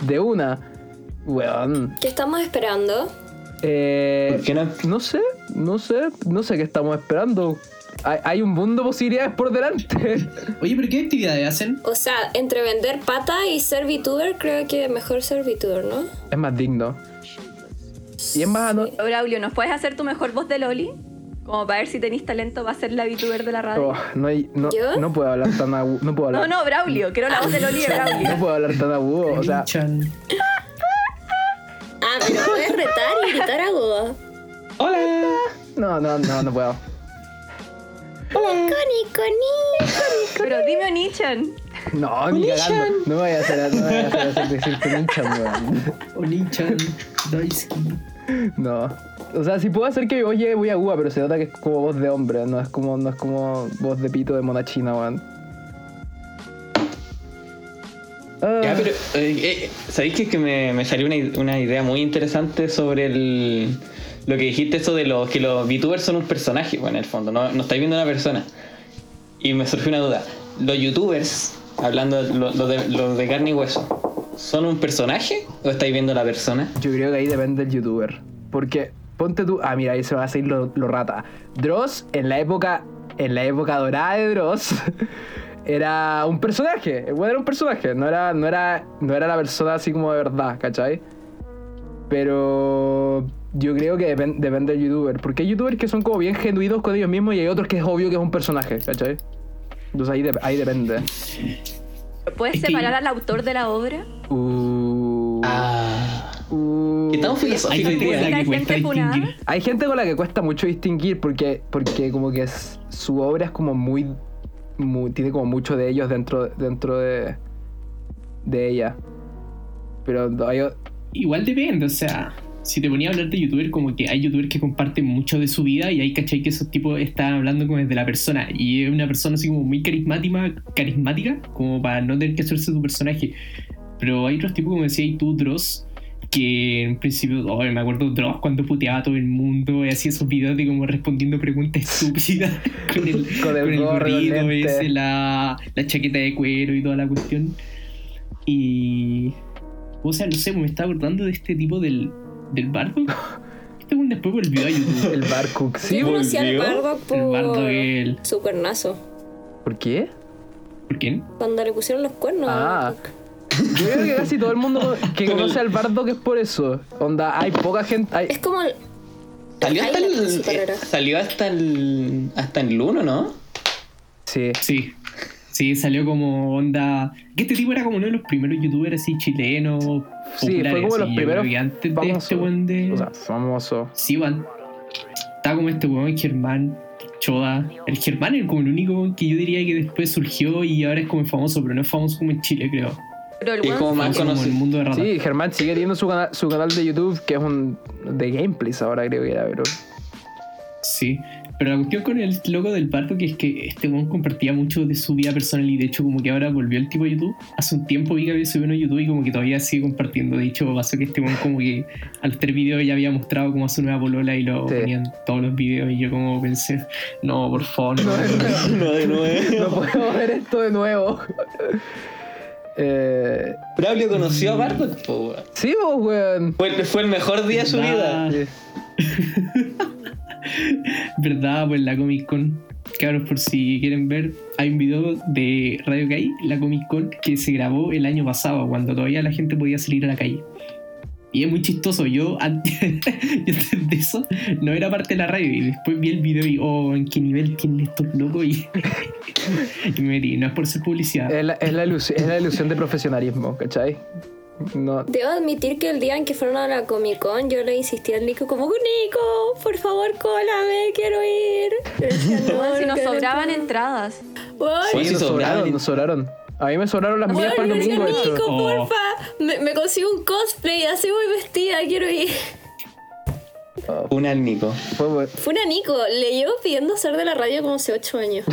Speaker 1: de una, weón.
Speaker 2: ¿Qué estamos esperando?
Speaker 1: Eh,
Speaker 3: ¿Por qué no?
Speaker 1: No sé, no sé, no sé qué estamos esperando. Hay, hay un mundo de posibilidades por delante.
Speaker 5: Oye, pero ¿qué actividades hacen?
Speaker 2: O sea, entre vender pata y ser VTuber, creo que mejor ser VTuber, ¿no?
Speaker 1: es más digno. Y es más, ano-
Speaker 4: Braulio, ¿nos puedes hacer tu mejor voz de Loli? Como para ver si tenéis talento para ser la VTuber de la radio.
Speaker 1: Oh, no, hay- no,
Speaker 2: ¿Yo?
Speaker 1: no puedo hablar tan agudo. No puedo
Speaker 4: No,
Speaker 1: hablar,
Speaker 4: no, Braulio, quiero la voz de Loli de Braulio.
Speaker 1: no puedo hablar tan agudo. O sea,
Speaker 5: Chan.
Speaker 2: Ah, pero puedes retar y gritar a Goa.
Speaker 3: ¡Hola!
Speaker 1: no, no, no, no puedo.
Speaker 2: Coni, coni.
Speaker 4: Pero dime Onichan.
Speaker 1: No, ni cagando. No me voy a hacer, no me voy a hacer, hacer decir que ninja, weón.
Speaker 5: Oni-chan. Daisuke.
Speaker 1: No. O sea, si puedo hacer que mi voz llegue muy aguda, pero se nota que es como voz de hombre, no es como, no es como voz de pito de mona china, weón. Ah,
Speaker 3: Ya, pero eh, eh, ¿sabéis que, que me, me salió una, i- una idea muy interesante sobre el, lo que dijiste eso de los que los VTubers son un personaje, bueno, en el fondo, no, no estáis viendo una persona. Y me surgió una duda. ¿Los YouTubers, hablando de lo, lo de, lo de carne y hueso, son un personaje o estáis viendo la persona?
Speaker 1: Yo creo que ahí depende del youtuber. Porque ponte tú. Ah, mira, ahí se va a hacer lo, lo rata. Dross, en la época. En la época dorada de Dross. Era un personaje. El weón era un personaje. No era, no era. No era la persona así como de verdad, ¿cachai? Pero. Yo creo que depen- depende del youtuber. Porque hay youtubers que son como bien genuidos con ellos mismos y hay otros que es obvio que es un personaje, ¿cachai? Entonces ahí, de- ahí depende.
Speaker 4: ¿Puedes
Speaker 5: Es que-
Speaker 4: separar al autor de la obra?
Speaker 1: Uh,
Speaker 3: Ah.
Speaker 1: uh.
Speaker 3: ¿Qué tan
Speaker 5: Hay
Speaker 3: filosófico hoy
Speaker 4: Hay
Speaker 5: gente a
Speaker 3: día?
Speaker 5: la que
Speaker 4: gente
Speaker 5: cuesta
Speaker 4: funada.
Speaker 5: distinguir.
Speaker 1: Hay gente con la que cuesta mucho distinguir porque, porque como que es- su obra es como muy, mu- tiene como mucho de ellos dentro, dentro de, de ella. Pero hay o-
Speaker 5: Igual depende, o sea, si te ponía a hablar de youtuber, como que hay youtubers que comparten mucho de su vida y hay, ¿cachai? Que esos tipos están hablando como desde la persona y es una persona así como muy carismática, carismática, como para no tener que hacerse su personaje. Pero hay otros tipos, como decía, y tú, Dross, que en principio, oh, me acuerdo Dross cuando puteaba a todo el mundo y hacía esos videos de como respondiendo preguntas estúpidas con el,
Speaker 1: Con el
Speaker 5: con el
Speaker 1: gorro, el
Speaker 5: gorrito
Speaker 1: lente.
Speaker 5: ese, la, la chaqueta de cuero y toda la cuestión. Y. O sea, no sé, me estaba acordando de este tipo del, del bardo. Este weón después volvió a YouTube.
Speaker 1: el bar cook. Sí,
Speaker 2: Yo conocí al
Speaker 3: volvió
Speaker 2: Bardock
Speaker 5: El
Speaker 2: por
Speaker 5: bardo el.
Speaker 2: su cuernazo.
Speaker 1: ¿por qué?
Speaker 5: ¿Por qué?
Speaker 2: Cuando le pusieron los cuernos.
Speaker 1: Ah. Yo creo que casi todo el mundo que conoce al bardo que es por eso. Onda, hay poca gente. hay-
Speaker 2: Es como el-
Speaker 3: Salió hasta
Speaker 2: Ahí la- su
Speaker 3: el.
Speaker 2: carrera.
Speaker 3: eh, Salió hasta el. hasta el 1, ¿no?
Speaker 1: sí.
Speaker 5: Sí. Sí, salió como onda. Que este tipo era como uno de los primeros youtubers así chilenos.
Speaker 1: Sí, fue como los
Speaker 5: populares, y yo creo
Speaker 1: primeros
Speaker 5: que antes de este
Speaker 1: famosos.
Speaker 5: weón de.
Speaker 1: O sea, famoso.
Speaker 5: Sí, weón. Estaba como este weón, Germán, Choa. El Germán era como el único weón que yo diría que después surgió y ahora es como famoso, pero no es famoso como en Chile, creo.
Speaker 4: Pero el
Speaker 3: Y
Speaker 4: weón-
Speaker 3: como más
Speaker 5: Es como el
Speaker 3: conocido.
Speaker 5: mundo de rata.
Speaker 1: Sí, Germán sigue teniendo su, cana- su canal de YouTube que es un de gameplays ahora creo que era, pero
Speaker 5: Sí. Pero la cuestión con el logo del bardo que es que este weón compartía mucho de su vida personal y de hecho como que ahora volvió el tipo a YouTube. Hace un tiempo vi que había subido uno a YouTube y como que todavía sigue compartiendo. De hecho pasó que este weón como que a los tres videos ya había mostrado como a su nueva polola y lo
Speaker 1: Sí.
Speaker 5: ponían todos los videos y yo como pensé, no, por favor, no.
Speaker 3: No, de
Speaker 1: no
Speaker 3: nuevo.
Speaker 1: puedo ver esto de nuevo. eh,
Speaker 3: Braulio conoció a Bardock, po, weón.
Speaker 1: Sí, vos, weón.
Speaker 3: Fue, fue el mejor día de su vida.
Speaker 5: ¿Verdad?
Speaker 1: Sí.
Speaker 5: ¿Verdad? Pues la Comic Con. Cabros, por si quieren ver, hay un video de Radio Kai, la Comic Con, que se grabó el año pasado, cuando todavía la gente podía salir a la calle. Y es muy chistoso. Yo antes, yo antes de eso no era parte de la radio. Y después vi el video y, oh, ¿en qué nivel tienen estos locos? Y, y me metí. No es por ser publicidad.
Speaker 2: Eh,
Speaker 1: Es la, es, la ilus- es la ilusión de profesionalismo, ¿cachai? No.
Speaker 2: Debo admitir que el día en que fueron a la Comic Con, yo le insistí al Nico como, Nico, por favor, cólame, quiero ir. Le decía,
Speaker 4: Weón, si nos
Speaker 2: quiero
Speaker 4: sobraban
Speaker 2: entrar".
Speaker 4: entradas.
Speaker 2: Weón,
Speaker 3: Sí,
Speaker 1: nos
Speaker 3: sí
Speaker 1: sobraron,
Speaker 3: sobraron.
Speaker 1: nos sobraron. A mí me sobraron las mías
Speaker 2: Weón,
Speaker 1: para el
Speaker 2: le decía,
Speaker 1: domingo, de hecho.
Speaker 2: Nico,
Speaker 5: Oh.
Speaker 2: porfa, me, me consigo un cosplay, así voy vestida, quiero ir.
Speaker 3: Un al Nico.
Speaker 1: Fue,
Speaker 2: Fue una Nico, le llevo pidiendo ser de la radio como hace 8 años.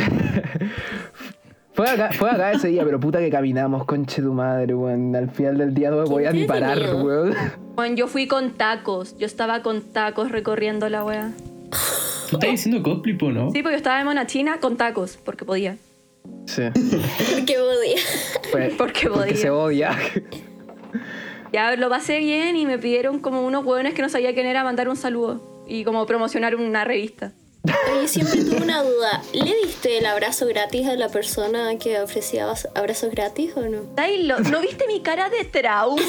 Speaker 1: Fue acá, fue acá ese día, pero puta que caminamos, conche tu madre, weón. Al final del día no me podía ni parar,
Speaker 2: entretenido.
Speaker 1: weón.
Speaker 4: Juan, yo fui con tacos. Yo estaba con tacos recorriendo la wea.
Speaker 5: Tú estás diciendo cosplay, po, ¿no?
Speaker 4: Sí, porque yo estaba de mona china con tacos, porque podía.
Speaker 1: Sí.
Speaker 2: Porque podía.
Speaker 1: Fue-
Speaker 4: Porque
Speaker 1: Porque
Speaker 4: podía.
Speaker 1: se odia.
Speaker 4: Ya lo pasé bien y me pidieron como unos hueones que no sabía quién era mandar un saludo y como promocionar una revista.
Speaker 2: Oye, siempre tuve una duda. ¿Le diste el abrazo gratis a la persona que ofrecía abra- abrazos gratis o no?
Speaker 4: Taylor, ¿no viste mi cara de trauma?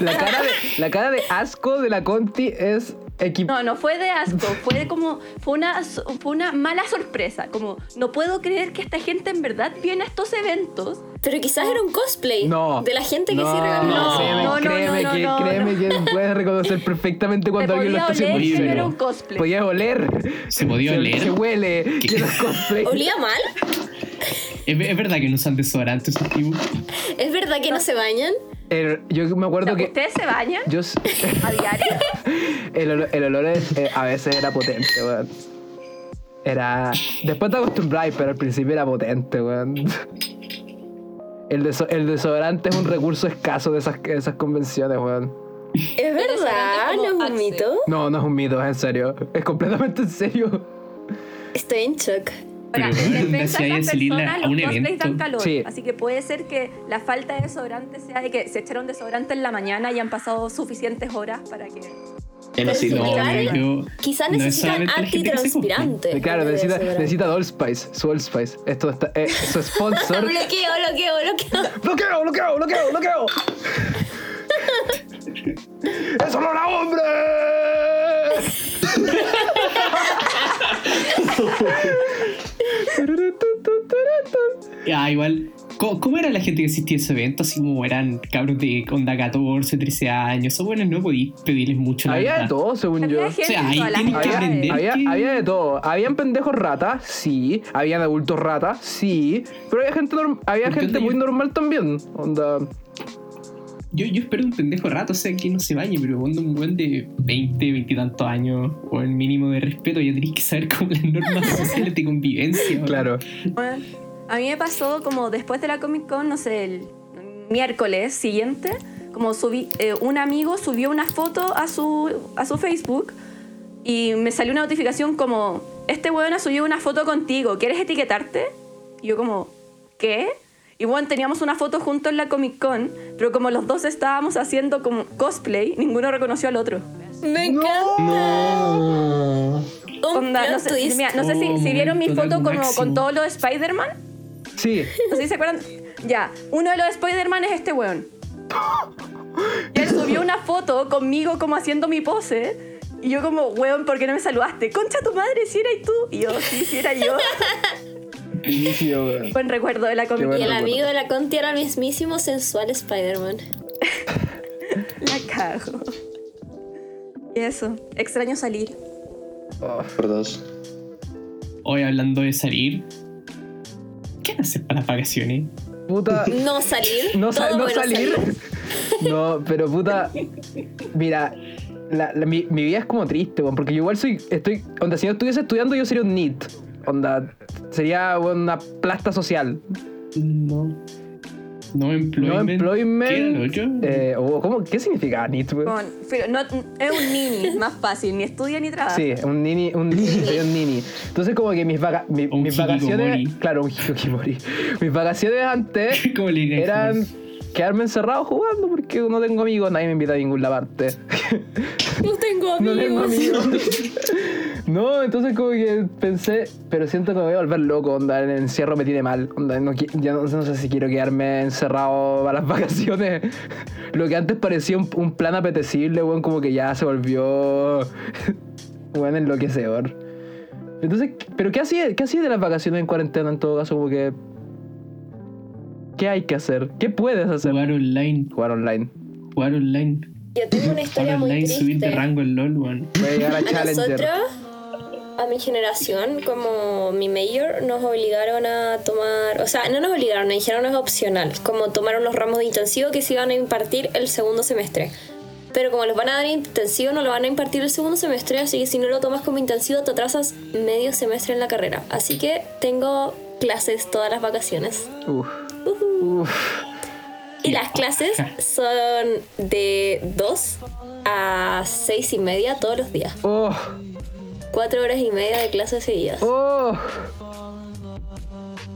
Speaker 1: La cara, de, la cara de asco de la Conti es equipo.
Speaker 4: No, no fue de asco, fue de como fue una so- fue una mala sorpresa, como no puedo creer que esta gente en verdad viene a estos eventos.
Speaker 2: Pero quizás era un cosplay
Speaker 1: No.
Speaker 2: de la gente que sí regaló.
Speaker 1: No, créeme,
Speaker 4: No, no,
Speaker 1: créeme
Speaker 4: no, no,
Speaker 1: que,
Speaker 4: no,
Speaker 1: créeme que puedes reconocer perfectamente cuando
Speaker 4: Te
Speaker 1: alguien lo
Speaker 4: podía
Speaker 1: está haciendo.
Speaker 4: oler
Speaker 5: muy
Speaker 4: que no
Speaker 5: bien.
Speaker 4: era un cosplay.
Speaker 1: Podías oler.
Speaker 5: Se podía
Speaker 1: Se-
Speaker 5: oler.
Speaker 1: Se huele. que los cosplay-
Speaker 2: ¿Olía mal?
Speaker 5: Es, es verdad que no usan desodorante esos tipos.
Speaker 2: ¿Es verdad que no se bañan?
Speaker 1: El- yo me
Speaker 4: O sea,
Speaker 1: acuerdo que.
Speaker 4: ¿Ustedes se bañan
Speaker 1: Yo, s-
Speaker 4: a diario?
Speaker 1: el olor, el olor es- eh, a veces era potente, weón. Era. Después te acostumbráis, pero al principio era potente, weón. El, deso- el desodorante es un recurso escaso de esas, de esas convenciones, weón.
Speaker 2: ¿Es verdad?
Speaker 4: desodorante
Speaker 2: ¿No
Speaker 4: como
Speaker 2: es un
Speaker 4: Axe.
Speaker 2: mito?
Speaker 1: No, no es un mito, es en serio. Es completamente en serio.
Speaker 2: Estoy en shock.
Speaker 5: Pero
Speaker 4: Ahora,
Speaker 5: bueno,
Speaker 4: en defensa
Speaker 5: si
Speaker 4: de
Speaker 5: hay
Speaker 4: esas
Speaker 5: Celina
Speaker 4: personas,
Speaker 5: a un
Speaker 4: los cosplays
Speaker 5: evento.
Speaker 4: dan calor.
Speaker 1: Sí.
Speaker 4: Así que puede ser que la falta de desodorante sea de que se echaron desodorante en la mañana y han pasado suficientes horas para que...
Speaker 3: En los
Speaker 2: Sí,
Speaker 5: No,
Speaker 3: siglos.
Speaker 2: claro.
Speaker 5: yo-
Speaker 2: Quizás
Speaker 5: no es
Speaker 2: necesitan
Speaker 5: solamente la gente que se cosplay.
Speaker 2: antitranspirante.
Speaker 1: Eh, Claro, necesita,
Speaker 2: Desodorante.
Speaker 1: necesita All Spice, su All Spice. Esto está, eh, su sponsor.
Speaker 2: Ah, Bloqueo, bloqueo, bloqueo.
Speaker 1: ¡Bloqueo, bloqueo, bloqueo, bloqueo! ¡Es olor a hombre!
Speaker 5: Ah, igual. ¿Cómo, cómo era la gente que asistía a ese evento? Así como eran cabros de onda 14, 13 años. Esos buenos no podí pedirles mucho, la
Speaker 1: Había de
Speaker 5: verdad.
Speaker 1: todo, según yo.
Speaker 4: Había gente
Speaker 5: O sea,
Speaker 4: en
Speaker 5: ahí
Speaker 4: todas las
Speaker 5: tienen que
Speaker 4: edades.
Speaker 5: aprender.
Speaker 1: Había,
Speaker 5: que-
Speaker 1: había de todo. Habían pendejos ratas, sí. Habían adultos ratas, sí. Pero había gente, norm- había
Speaker 5: ¿Por qué
Speaker 1: gente
Speaker 5: onda
Speaker 1: muy
Speaker 5: yo-
Speaker 1: normal también. Onda.
Speaker 5: Yo, yo espero un pendejo rato, o sea, que no se bañe, pero cuando un buen de 20, 20 y tantos años, o el mínimo de respeto, ya tenés que saber como las normas sociales de convivencia. ¿no?
Speaker 1: Claro.
Speaker 4: Bueno, A mí me pasó como después de la Comic Con, no sé, el miércoles siguiente, como subí, eh, un amigo subió una foto a su, a su Facebook y me salió una notificación como, este weón ha subido una foto contigo, ¿quieres etiquetarte? Y yo como, ¿qué? Y bueno, teníamos una foto juntos en la Comic Con, pero como los dos estábamos haciendo como cosplay, ninguno reconoció al otro.
Speaker 2: Me encanta.
Speaker 3: No.
Speaker 2: Un
Speaker 4: Onda,
Speaker 2: plot
Speaker 4: no sé,
Speaker 2: twist.
Speaker 4: mira, no sé si,
Speaker 5: Oh,
Speaker 4: si vieron mi
Speaker 5: momento
Speaker 4: foto
Speaker 5: algo
Speaker 4: como
Speaker 5: máximo.
Speaker 4: con todo lo de Spider-Man.
Speaker 1: Sí.
Speaker 4: No sé si se acuerdan. Ya, uno de los Spider-Man es este weón. Y él subió una foto conmigo como haciendo mi pose. Y yo como, weón, ¿por qué no me saludaste? Concha tu madre, si eras tú. Y yo, sí, si era yo.
Speaker 1: Inicio, weón.
Speaker 4: Buen recuerdo de la
Speaker 1: Qué
Speaker 4: comida.
Speaker 1: bueno.
Speaker 2: Y el amigo de la Conti era el mismísimo sensual Spider-Man.
Speaker 4: La cago. Y eso, extraño salir.
Speaker 1: Oh.
Speaker 3: Por dos.
Speaker 5: Hoy hablando de salir, ¿qué van a hacer para las vacaciones?
Speaker 1: Puta.
Speaker 2: No salir.
Speaker 1: No, sa-
Speaker 2: todo
Speaker 1: no
Speaker 2: bueno
Speaker 1: salir. No, pero puta. Mira, la- la- mi, mi vida es como triste, weón, porque yo igual soy. Estoy, onda, si no estuviese estudiando, yo sería un NIT. Onda, sería una plasta social.
Speaker 5: No. No
Speaker 1: No
Speaker 5: employment.
Speaker 1: employment.
Speaker 5: ¿Qué era lo otro?
Speaker 1: eh, o ¿cómo, ¿Qué significa NIT, weón?
Speaker 4: Con- pero no, es un nini, más fácil. Ni estudia ni trabaja.
Speaker 1: Sí, un nini, un nini, soy un nini. Entonces como que mis, vaca- mi-
Speaker 5: Un
Speaker 1: mis vacaciones,
Speaker 5: hikikomori.
Speaker 1: claro, un hikikomori. Mis vacaciones antes
Speaker 5: ¿Cómo le diría?
Speaker 1: eran quedarme encerrado jugando porque no tengo amigos, nadie me invita a ninguna parte.
Speaker 2: No tengo
Speaker 1: No
Speaker 2: amigos.
Speaker 1: tengo amigos. No, entonces como que pensé, pero siento que me voy a volver loco, onda, el encierro me tiene mal, onda, no, qui- ya no, no sé si quiero quedarme encerrado para las vacaciones. Lo que antes parecía un, un plan apetecible, weón, como que ya se volvió, weón, enloquecedor. Entonces, pero ¿qué hacía, qué hacía de las vacaciones en cuarentena en todo caso? Como que, ¿qué hay que hacer? ¿Qué puedes hacer?
Speaker 5: Jugar online,
Speaker 1: Jugar online.
Speaker 5: jugar online,
Speaker 2: Yo tengo una
Speaker 5: jugar
Speaker 2: historia muy
Speaker 5: online, subir de
Speaker 2: triste.
Speaker 5: rango en LOL, weón.
Speaker 1: Voy a llegar a
Speaker 2: A
Speaker 1: Challenger.
Speaker 2: nosotros, a mi generación, como mi mayor, nos obligaron a tomar, o sea, no nos obligaron, nos dijeron es opcional, como tomar unos ramos de intensivo que se iban a impartir el segundo semestre. Pero como los van a dar intensivo, no lo van a impartir el segundo semestre, así que si no lo tomas como intensivo, te atrasas medio semestre en la carrera. Así que tengo clases todas las vacaciones.
Speaker 1: Uf. Uf.
Speaker 2: Y las clases son de 2 a 6 y media todos los días.
Speaker 1: Oh.
Speaker 2: 4 horas y media de clases seguidas.
Speaker 1: Oh.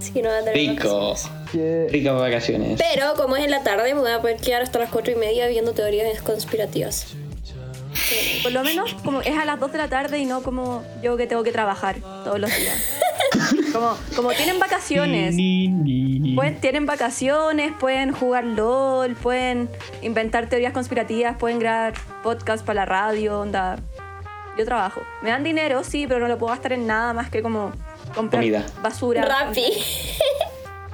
Speaker 2: Así que no va a tener
Speaker 3: Rico.
Speaker 2: vacaciones.
Speaker 1: Yeah.
Speaker 3: Ricas vacaciones.
Speaker 2: Pero como es en la tarde, me voy a poder quedar hasta las 4 y media viendo teorías conspirativas.
Speaker 4: Por lo menos como es a las 2 de la tarde y no como yo que tengo que trabajar todos los días. Como, como tienen vacaciones.
Speaker 5: Ni, ni, ni.
Speaker 4: Pueden, tienen vacaciones, pueden jugar LOL, pueden inventar teorías conspirativas, pueden grabar podcast para la radio, onda. Yo trabajo. Me dan dinero, sí, pero no lo puedo gastar en nada más que como comprar
Speaker 3: Comida.
Speaker 4: basura.
Speaker 2: Rappi.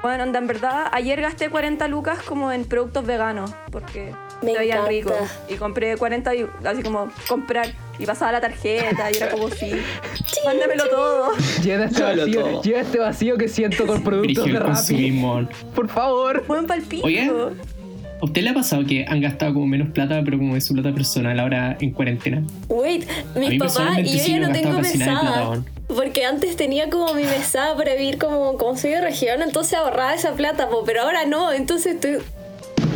Speaker 4: Bueno, onda, en verdad, ayer gasté 40 lucas como en productos veganos, porque
Speaker 2: Me
Speaker 4: se veían
Speaker 2: encanta.
Speaker 4: ricos. Y compré 40, y, así como comprar, y pasaba la tarjeta, y era como, sí, mándamelo todo.
Speaker 1: Llena este
Speaker 3: Solo
Speaker 1: vacío.
Speaker 3: todo.
Speaker 1: Llena este vacío que siento con productos
Speaker 5: Brígido
Speaker 1: de
Speaker 5: el
Speaker 1: Rappi.
Speaker 5: consumismo.
Speaker 1: Por favor.
Speaker 4: Buen palpito.
Speaker 5: Oye. ¿A usted le ha pasado que han gastado como menos plata, pero como de su plata personal ahora en cuarentena?
Speaker 2: Wait,
Speaker 5: mí
Speaker 2: mis papás
Speaker 5: personalmente
Speaker 2: y yo
Speaker 5: sí
Speaker 2: ya
Speaker 5: me
Speaker 2: no
Speaker 5: gastaba
Speaker 2: tengo
Speaker 5: casi nada de plata,
Speaker 2: mesada.
Speaker 5: weón.
Speaker 2: Porque antes tenía como mi mesada para vivir como, como soy de región, entonces ahorraba esa plata, po, pero ahora no, entonces estoy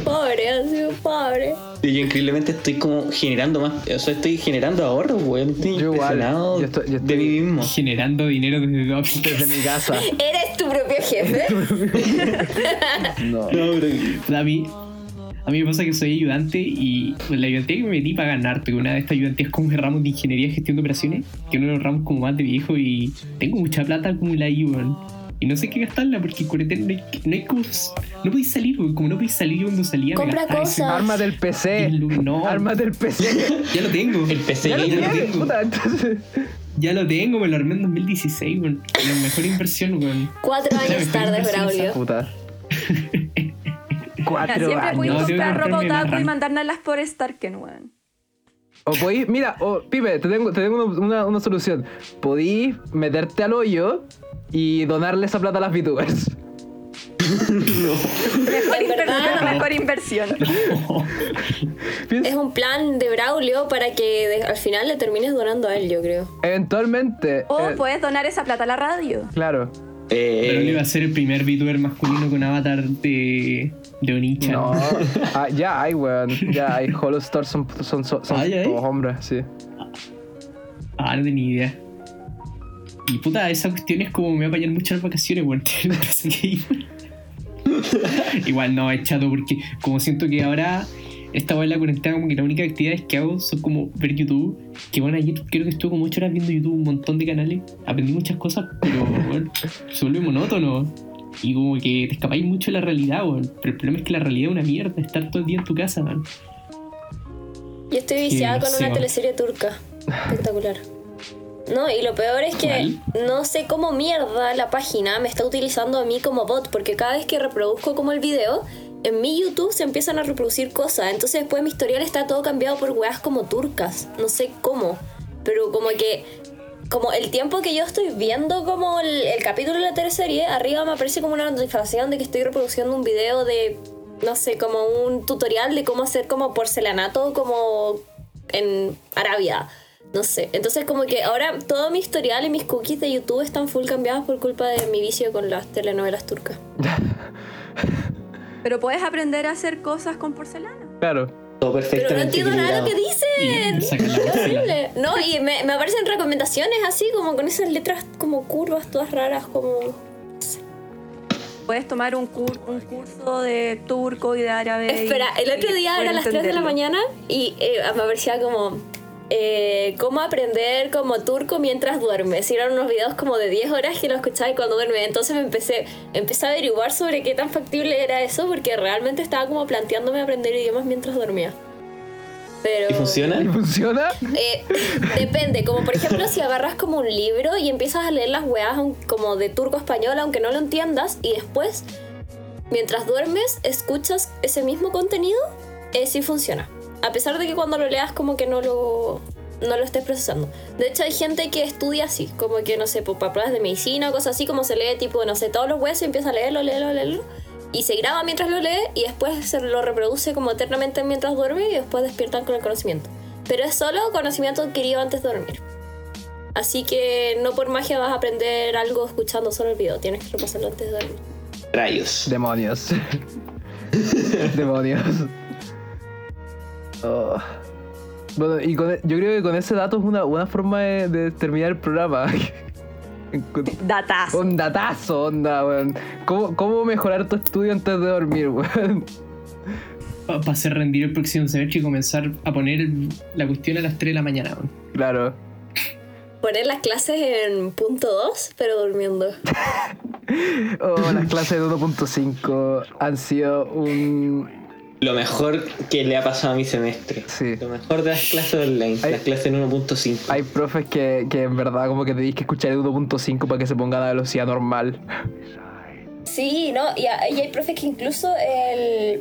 Speaker 2: pobre, así pobre.
Speaker 3: Y Yo increíblemente estoy como generando más, o sea, estoy generando ahorros, weón. Estoy
Speaker 1: Yo igual.
Speaker 3: impresionado
Speaker 1: Yo estoy- yo
Speaker 3: de
Speaker 1: estoy-
Speaker 3: mí mismo.
Speaker 5: Generando dinero desde dos
Speaker 1: Desde mi casa.
Speaker 2: ¿Eres tu propio jefe?
Speaker 1: No.
Speaker 3: No, pero-
Speaker 5: A mí, a mí me pasa que soy ayudante y pues, la ayudantía que me metí para ganar, porque una de estas ayudantías es como el ramo de ingeniería gestión de operaciones, que es uno de los ramos como más de viejo y tengo mucha plata acumulada ahí, weón. Y no sé qué gastarla porque en cuarentena no hay, no hay como. No podéis salir, weón. Como no podéis salir yo cuando salía. me
Speaker 2: Compra
Speaker 5: gastaba
Speaker 2: cosas.
Speaker 5: ese-
Speaker 1: Arma del PC.
Speaker 5: No.
Speaker 1: Arma del PC.
Speaker 5: Ya lo tengo.
Speaker 3: El PC
Speaker 1: Ya lo
Speaker 3: gamer.
Speaker 1: tienes, puta. Entonces.
Speaker 5: Ya lo tengo, me lo armé en 2016, weón. La mejor inversión, weón.
Speaker 2: Cuatro años tarde, Braulio.
Speaker 1: Puta.
Speaker 4: Mira,
Speaker 1: Cuatro
Speaker 4: siempre pudimos
Speaker 5: ah, No,
Speaker 1: años.
Speaker 5: tengo que
Speaker 4: comprar ropa
Speaker 5: comprarme la
Speaker 4: otaku y
Speaker 5: RAM.
Speaker 4: mandárnoslas por Starken, weón.
Speaker 1: O podís, mira, o Pipe, te tengo, te tengo una, una- una solución. Podís meterte al hoyo y donarle esa plata a las VTubers.
Speaker 4: Mejor
Speaker 2: En verdad.
Speaker 4: inversión, mejor inversión.
Speaker 2: Es un plan de Braulio para que de- al final le termines donando a él, yo creo.
Speaker 1: Eventualmente.
Speaker 2: Oh,
Speaker 4: O
Speaker 1: eh,
Speaker 4: puedes donar esa plata a la radio.
Speaker 1: Claro.
Speaker 5: Pero él iba
Speaker 3: Eh,
Speaker 5: a ser el primer VTuber masculino con avatar de. de Onichan.
Speaker 1: No. Ah, ya hay, weón. Ya hay. Hollow Stars son, son, son, son
Speaker 5: ¿Ah, ya hay?
Speaker 1: todos hombres, sí.
Speaker 5: Ah, no tenía idea. Y puta, esa cuestión es como me va a apañar muchas vacaciones, weón. tener la casa que ir. Igual no, es chato porque como siento que ahora esta weá en la cuarentena como que las únicas actividades que hago son como ver YouTube. Que bueno, ayer creo que estuve como 8 horas viendo YouTube un montón de canales. Aprendí muchas cosas, pero weón, se vuelve monótono. Y como que te escapáis mucho de la realidad, weón. Pero el problema es que la realidad es una mierda, estar todo el día en tu casa, man.
Speaker 2: Yo estoy viciada con una
Speaker 5: emoción.
Speaker 2: teleserie turca. Espectacular. No, y lo peor es que no sé cómo mierda la página me está utilizando a mí como bot, porque cada vez que reproduzco como el video, en mi YouTube se empiezan a reproducir cosas. Entonces después mi historial está todo cambiado por weas como turcas. No sé cómo. Pero como que. Como el tiempo que yo estoy viendo como el, el capítulo de la teleserie, arriba me aparece como una notificación de que estoy reproduciendo un video de. No sé, como un tutorial de cómo hacer como porcelanato, como en Arabia. No sé. Entonces, como que ahora todo mi historial y mis cookies de YouTube están full cambiados por culpa de mi vicio con las telenovelas turcas.
Speaker 4: Pero puedes aprender a hacer cosas con porcelana.
Speaker 1: Claro.
Speaker 2: Pero no
Speaker 3: todo perfectamente
Speaker 2: entiendo nada de lo que
Speaker 5: Y
Speaker 2: dicen.
Speaker 5: sacan la
Speaker 2: Qué
Speaker 5: porcelana.
Speaker 2: horrible. No, y me, me aparecen recomendaciones así, como con esas letras como curvas, todas raras, como.
Speaker 4: Puedes tomar un, cur- un curso de turco y de árabe. y-
Speaker 2: Espera, el otro
Speaker 4: y
Speaker 2: día
Speaker 4: poder
Speaker 2: era las 3 de la
Speaker 4: entenderlo.
Speaker 2: mañana y eh, me aparecía como eh, cómo aprender como turco mientras duermes. Y eran unos videos como de 10 horas que lo escuchaba y cuando duerme. Entonces me empecé, empecé a averiguar sobre qué tan factible era eso porque realmente estaba como planteándome aprender idiomas mientras dormía. Pero...
Speaker 3: ¿Y funciona?
Speaker 1: ¿Y funciona?
Speaker 2: Eh, depende, como por ejemplo si agarras como un libro y empiezas a leer las weas aun- como de turco español, aunque no lo entiendas, y después, mientras duermes, escuchas ese mismo contenido, eh, sí funciona. A pesar de que cuando lo leas como que no lo, no lo estés procesando. De hecho hay gente que estudia así, como que no sé, por- para pruebas de medicina o cosas así, como se lee tipo, no sé, todos los huesos y empieza a leerlo, leerlo, leerlo. Y se graba mientras lo lee y después se lo reproduce como eternamente mientras duerme y después despiertan con el conocimiento. Pero es solo conocimiento adquirido antes de dormir. Así que no por magia vas a aprender algo escuchando solo el video. Tienes que repasarlo antes de dormir.
Speaker 3: Rayos.
Speaker 1: Demonios. Demonios. Oh. Bueno, y con e- yo creo que con ese dato es una, una forma de, de terminar el programa.
Speaker 4: Datas.
Speaker 1: Un datazo, onda, weón. ¿Cómo, ¿Cómo mejorar tu estudio antes de dormir, weón?
Speaker 5: Para hacer rendir el próximo semestre y comenzar a poner el- la cuestión a las 3 de la mañana. weón.
Speaker 1: Claro.
Speaker 2: Poner las clases en punto 2, pero durmiendo.
Speaker 1: Oh, las clases de 1.5 han sido un,
Speaker 3: Lo mejor que le ha pasado a mi semestre.
Speaker 1: Sí.
Speaker 3: Lo mejor de las clases online.
Speaker 1: Ay.
Speaker 3: Las clases en 1.5.
Speaker 1: Hay profes que, que en verdad como que tenéis que escuchar el 1.5 para que se ponga a la velocidad normal.
Speaker 2: Sí, no, y, a- y hay profes que incluso el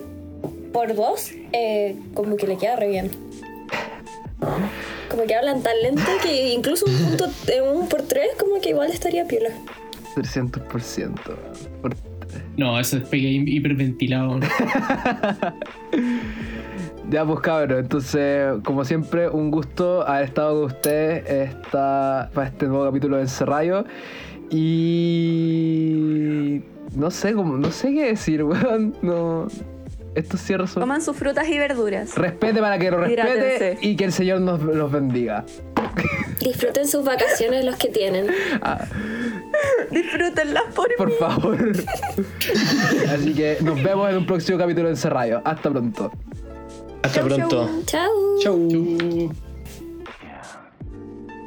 Speaker 2: por voz, eh, como que le queda re bien. Como que hablan tan lento que incluso un punto, eh, un por tres, como que igual estaría piola.
Speaker 1: 300%. Por-
Speaker 5: No, eso es pegue hi- hiperventilado. weón.
Speaker 1: Ya pues cabros, entonces como siempre un gusto haber estado con ustedes esta, para este nuevo capítulo de Encerrayo y no sé cómo, no sé qué decir, weón. No, estos cierres son...
Speaker 4: Coman sus frutas y verduras.
Speaker 1: Respete para que lo respete
Speaker 4: Hidrátense.
Speaker 1: y que el Señor nos los bendiga.
Speaker 2: Disfruten sus vacaciones los que tienen.
Speaker 1: Ah.
Speaker 4: Disfrútenlas por,
Speaker 1: Por favor. Así que nos vemos en un próximo capítulo de Encerrayo. Hasta pronto.
Speaker 3: Hasta
Speaker 4: Chau,
Speaker 3: pronto.
Speaker 4: chau.
Speaker 2: Chao.
Speaker 3: Chau.
Speaker 5: Chau.